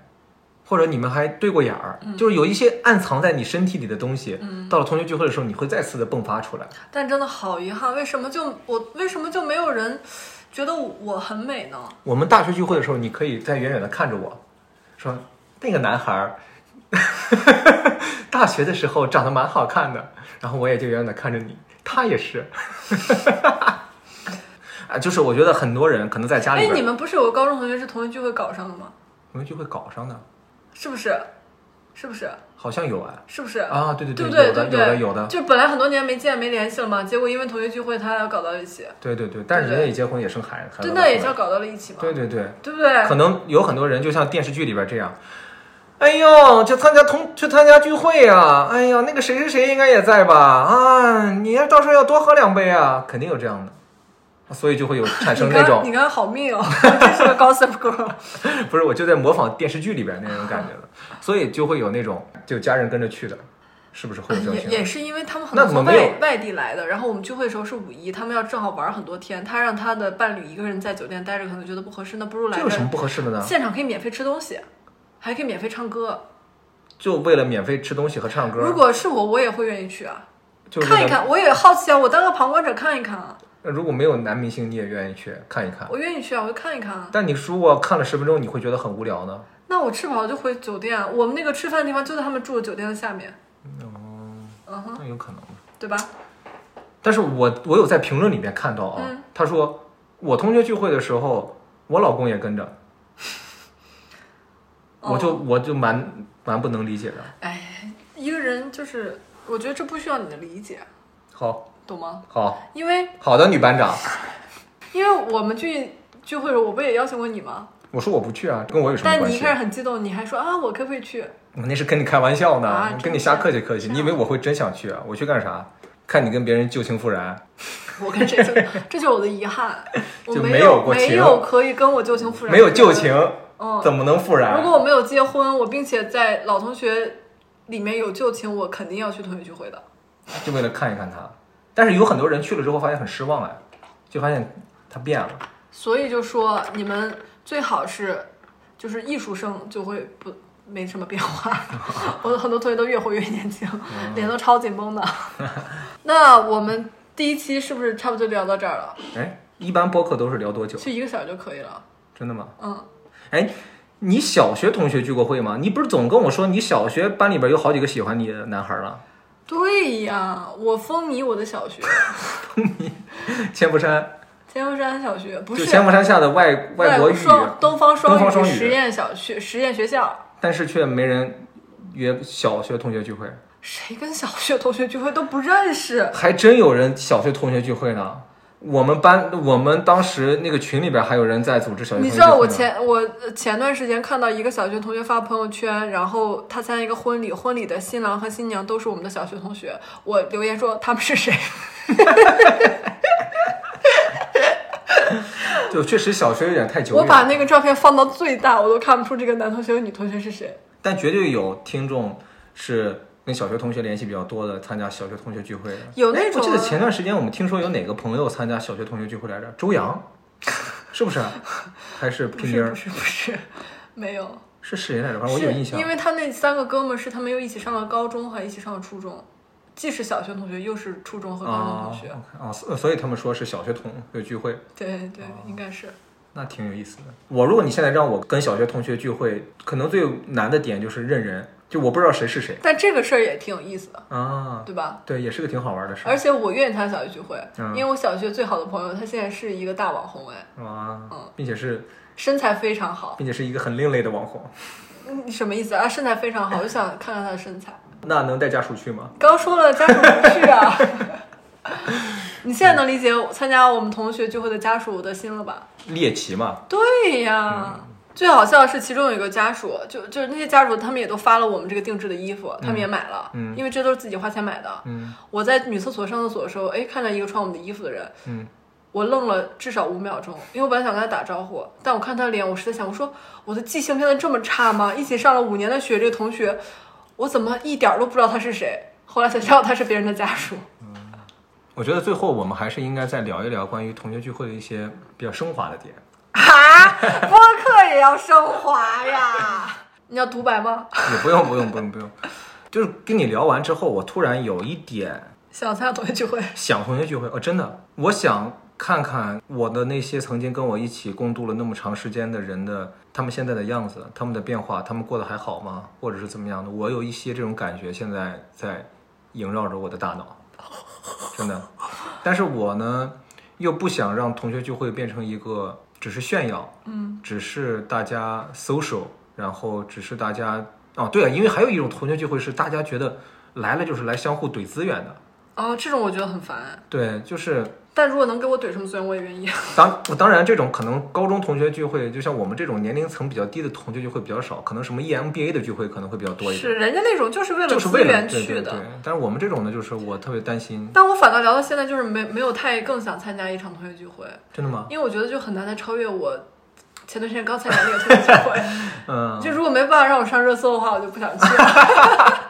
Speaker 1: 或者你们还对过眼儿，
Speaker 2: 嗯
Speaker 1: 就是有一些暗藏在你身体里的东西，到了同学聚会的时候，你会再次的迸发出来。
Speaker 2: 但真的好遗憾，为什么就我为什么就没有人觉得我很美呢？
Speaker 1: 我们大学聚会的时候，你可以在远远的看着我，说那个男孩儿， *laughs* 大学的时候长得蛮好看的，然后我也就远远的看着你，他也是。 *laughs* 啊，就是我觉得很多人可能在家里
Speaker 2: 哎，
Speaker 1: 边，
Speaker 2: 你们不是有个高中同学是同学聚会搞上的吗？
Speaker 1: 我们聚会搞上的，
Speaker 2: 是不是？是不是？
Speaker 1: 好像有哎。
Speaker 2: 是不是？
Speaker 1: 啊，对对
Speaker 2: 对不
Speaker 1: 有的
Speaker 2: 对不
Speaker 1: 有
Speaker 2: 对？
Speaker 1: 的有的，
Speaker 2: 就本来很多年没见没联系了嘛，结果因为同学聚会，他俩搞到一起，
Speaker 1: 对对对，但是
Speaker 2: 对
Speaker 1: 人家也结婚也生孩子，
Speaker 2: 对，
Speaker 1: 孩子
Speaker 2: 那也
Speaker 1: 都
Speaker 2: 叫搞到了一起嘛，
Speaker 1: 对对对，
Speaker 2: 对不对？
Speaker 1: 可能有很多人就像电视剧里边这样，哎呦，去参加同去参加聚会啊，哎呀，那个谁谁谁应该也在吧？啊，你要到时候要多喝两杯啊，肯定有这样的，所以就会有产生
Speaker 2: 你
Speaker 1: 那
Speaker 2: 刚
Speaker 1: 种
Speaker 2: 你刚好密哦， *laughs* 这是个 gossip girl，
Speaker 1: 不是，我就在模仿电视剧里边那种感觉了，所以就会有那种就家人跟着去的，是不是会有这种
Speaker 2: 也
Speaker 1: 情
Speaker 2: 也
Speaker 1: 况？
Speaker 2: 是因为他们很
Speaker 1: 那
Speaker 2: 多
Speaker 1: 怎
Speaker 2: 从
Speaker 1: 么没有
Speaker 2: 外外地来的，然后我们聚会的时候是五一，他们要正好玩很多天，他让他的伴侣一个人在酒店待着，可能觉得不合适，那不如来
Speaker 1: 这有什么不合适的呢？
Speaker 2: 现场可以免费吃东西，还可以免费唱歌。
Speaker 1: 就为了免费吃东西和唱歌，
Speaker 2: 如果是我，我也会愿意去啊，
Speaker 1: 就是为
Speaker 2: 看一
Speaker 1: 了
Speaker 2: 看，我也好奇啊，我当个旁观者看一看啊，
Speaker 1: 如果没有男明星，你也愿意去看一看。
Speaker 2: 我愿意去啊，我就看一看啊。
Speaker 1: 但你如果看了十分钟，你会觉得很无聊呢？
Speaker 2: 那我吃饱了就回酒店，啊我们那个吃饭的地方就在他们住的酒店的下面，嗯哼，
Speaker 1: 那有可能。
Speaker 2: 对吧？
Speaker 1: 但是我我有在评论里面看到啊，
Speaker 2: 嗯
Speaker 1: 他说我同学聚会的时候，我老公也跟着，
Speaker 2: 哦
Speaker 1: 我就我就蛮蛮不能理解的。
Speaker 2: 哎，一个人就是，我觉得这不需要你的理解，
Speaker 1: 好，
Speaker 2: 懂吗？
Speaker 1: 好，
Speaker 2: 因为
Speaker 1: 好的，女班长，
Speaker 2: 因为我们去聚会的时候，我不也邀请过你吗？
Speaker 1: 我说我不去啊，跟我有什么
Speaker 2: 但
Speaker 1: 关
Speaker 2: 你一
Speaker 1: 系
Speaker 2: 开？始很激动，你还说啊，我可不可以去？ *laughs*
Speaker 1: 我那是跟你开玩笑呢，
Speaker 2: 啊
Speaker 1: 跟你
Speaker 2: 真
Speaker 1: 瞎
Speaker 2: 的
Speaker 1: 客气客气。你以为我会真想去啊？我去干啥？看你跟别人旧情复
Speaker 2: 嗯
Speaker 1: 燃，
Speaker 2: 我跟谁就 *laughs* 这就是我的遗憾，我
Speaker 1: 就
Speaker 2: 没
Speaker 1: 没有
Speaker 2: 有
Speaker 1: 过情
Speaker 2: 没有可以跟我旧情复燃，
Speaker 1: 没有旧情，
Speaker 2: 嗯
Speaker 1: 怎么能复燃？
Speaker 2: 如果我没有结婚，我并且在老同学里面有旧情，我肯定要去同学聚会的。
Speaker 1: 就为了看一看他。但是有很多人去了之后发现很失望哎，就发现他变了。
Speaker 2: 所以就说你们最好是，就是艺术生就会不没什么变化。 *laughs* 我的很多同学都越活越年轻，
Speaker 1: 嗯
Speaker 2: 脸都超紧绷的。 *laughs* 那我们第一期是不是差不多就聊到这儿了？
Speaker 1: 哎，一般播客都是聊多久？
Speaker 2: 就一个小时就可以了。
Speaker 1: 真的吗？
Speaker 2: 嗯，
Speaker 1: 哎，你小学同学聚过会吗？你不是总跟我说你小学班里边有好几个喜欢你的男孩了？
Speaker 2: 对呀，我风靡我的小学，
Speaker 1: 千佛山
Speaker 2: 千佛山小学不
Speaker 1: 就是千佛山下的外
Speaker 2: 外
Speaker 1: 国
Speaker 2: 国
Speaker 1: 语，
Speaker 2: 双东方
Speaker 1: 东方
Speaker 2: 双
Speaker 1: 双
Speaker 2: 语
Speaker 1: 语
Speaker 2: 实验小学实验学校。
Speaker 1: 但是却没人约小学同学聚会。
Speaker 2: 谁跟小学同学聚会都不认识，
Speaker 1: 还真有人小学同学聚会呢。我们班我们当时那个群里边还有人在组织小学同学
Speaker 2: 你
Speaker 1: 聚会呢。
Speaker 2: 知道我前我前段时间看到一个小学同学发朋友圈，然后他参加一个婚礼，婚礼的新郎和新娘都是我们的小学同学。我留言说他们是
Speaker 1: *laughs*
Speaker 2: 谁？
Speaker 1: 就确实小学有点太久远
Speaker 2: 我
Speaker 1: 了。
Speaker 2: 把那个照片放到最大，我都看不出这个男同学和女同学是谁。
Speaker 1: 但绝对有听众是跟小学同学联系比较多的，参加小学同学聚会的。
Speaker 2: 有那
Speaker 1: 哎我
Speaker 2: 种啊
Speaker 1: 记得前段时间我们听说有哪个朋友参加小学同学聚会来着？周洋， *laughs* 是不是？
Speaker 2: *laughs*
Speaker 1: 还是
Speaker 2: 不
Speaker 1: 拼音
Speaker 2: 是
Speaker 1: 儿
Speaker 2: 不？是不是，没有，
Speaker 1: 是谁来着？反正我
Speaker 2: 是
Speaker 1: 有印象。
Speaker 2: 因为他那三个哥们儿是他们又一起上了高中，还一起上了初中，既是小学同学，又是初中和高中
Speaker 1: 啊
Speaker 2: 同学。
Speaker 1: ，OK，啊，所所以他们说是小学同学聚会，
Speaker 2: 对对，
Speaker 1: 啊
Speaker 2: 应该是。
Speaker 1: 那挺有意思的。我如果你现在让我跟小学同学聚会，可能最难的点就是认人，就我不知道谁是谁
Speaker 2: 但这个事儿也挺有意思的，
Speaker 1: 啊。
Speaker 2: 对吧？
Speaker 1: 对，也是个挺好玩的事儿。
Speaker 2: 而且我愿意参加小学聚会，
Speaker 1: 嗯
Speaker 2: 因为我小学最好的朋友，他现在是一个大网红，哎，
Speaker 1: 啊
Speaker 2: 嗯，
Speaker 1: 并且是，
Speaker 2: 身材非常好。
Speaker 1: 并且是一个很另类的网红。
Speaker 2: 你什么意思啊？身材非常好，我就想看看他的身材。
Speaker 1: 那能带家属去吗？
Speaker 2: 刚说了家属不去啊， *laughs* 你现在能理解我参加我们同学聚会的家属的心了吧？
Speaker 1: 猎奇嘛，
Speaker 2: 对呀。
Speaker 1: 嗯
Speaker 2: 最好笑的是，其中有一个家属，就就是那些家属，他们也都发了我们这个定制的衣服，他们也买了，
Speaker 1: 嗯
Speaker 2: 因为这都是自己花钱买的。
Speaker 1: 嗯
Speaker 2: 我在女厕所上厕所的时候，哎，看到一个穿我们的衣服的人，
Speaker 1: 嗯，
Speaker 2: 我愣了至少五秒钟，因为我本来想跟他打招呼，但我看他的脸，我实在想，我说我的记性变得这么差吗？一起上了五年的学，这个同学，我怎么一点儿都不知道他是谁？后来才知道他是别人的家属。
Speaker 1: 我觉得最后我们还是应该再聊一聊关于同学聚会的一些比较升华的点。
Speaker 2: 啊，播客也要升华呀！你要独白吗？
Speaker 1: 也不用不用不用不用，就是跟你聊完之后，我突然有一点
Speaker 2: 想参加同学聚会，
Speaker 1: 想同学聚会哦，真的，我想看看我的那些曾经跟我一起共度了那么长时间的人的他们现在的样子，他们的变化，他们过得还好吗？或者是怎么样的？我有一些这种感觉，现在在萦绕着我的大脑，真的。但是我呢，又不想让同学聚会变成一个只是炫耀，
Speaker 2: 嗯，
Speaker 1: 只是大家 social，然后只是大家哦，对啊，因为还有一种同学聚会是大家觉得来了就是来相互怼资源的，
Speaker 2: 哦，这种我觉得很烦。
Speaker 1: 对，就是
Speaker 2: 但如果能给我怼什么资源，我也愿意。
Speaker 1: 当当然，这种可能高中同学聚会，就像我们这种年龄层比较低的同学聚会比较少，可能什么 E EMBA 的聚会可能会比较多一点，
Speaker 2: 是人家那种就是为了
Speaker 1: 就是
Speaker 2: 资
Speaker 1: 为了
Speaker 2: 源
Speaker 1: 对
Speaker 2: 去
Speaker 1: 对
Speaker 2: 的，
Speaker 1: 对。但是我们这种呢，就是我特别担心，
Speaker 2: 但我反倒聊到现在，就是没没有太更想参加一场同学聚会，
Speaker 1: 真的吗？
Speaker 2: 因为我觉得就很难再超越我前段时间刚参加那个同学聚
Speaker 1: *laughs*
Speaker 2: 会。
Speaker 1: 嗯，
Speaker 2: 就如果没办法让我上热搜的话，我就不想去了。 *laughs*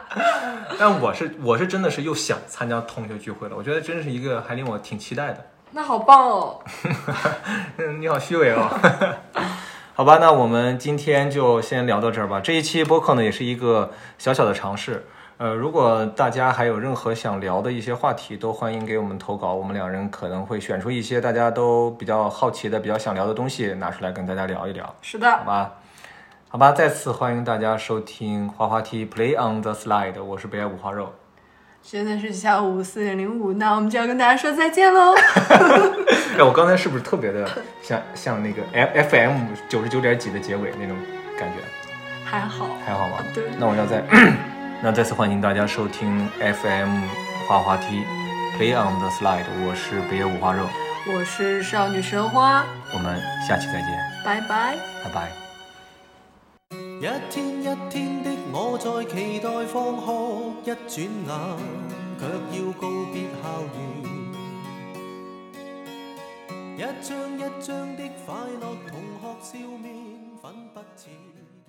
Speaker 1: 但我是我是真的是又想参加同学聚会了，我觉得真是一个还令我挺期待的。
Speaker 2: 那好棒哦！
Speaker 1: 嗯， *laughs* 你好虚伪哦。好吧，那我们今天就先聊到这儿吧。这一期播客呢，也是一个小小的尝试。呃，如果大家还有任何想聊的一些话题，都欢迎给我们投稿，我们两人可能会选出一些大家都比较好奇的、比较想聊的东西，拿出来跟大家聊一聊，
Speaker 2: 是
Speaker 1: 好
Speaker 2: 的，
Speaker 1: 吧？好吧，再次欢迎大家收听滑滑梯 Play on the Slide，我是北爱五花肉，
Speaker 2: 现在是下午四点零五，那我们就要跟大家说再见喽。 *laughs*
Speaker 1: 哎，我刚才是不是特别的像像那个 F FM 九十九点几的结尾那种感觉？
Speaker 2: 还好，
Speaker 1: 还好吧？
Speaker 2: 对
Speaker 1: 那我要再， *clears throat* 那再次欢迎大家收听 FM 滑滑梯 Play on the Slide，我是北野五花肉，
Speaker 2: 我是少女神花，
Speaker 1: 我们下期再见，
Speaker 2: 拜拜。
Speaker 1: 拜拜。
Speaker 5: 一天一天的我在期待放學，一轉眼卻要告別校園。一張一張的快樂同學笑面，粉筆字。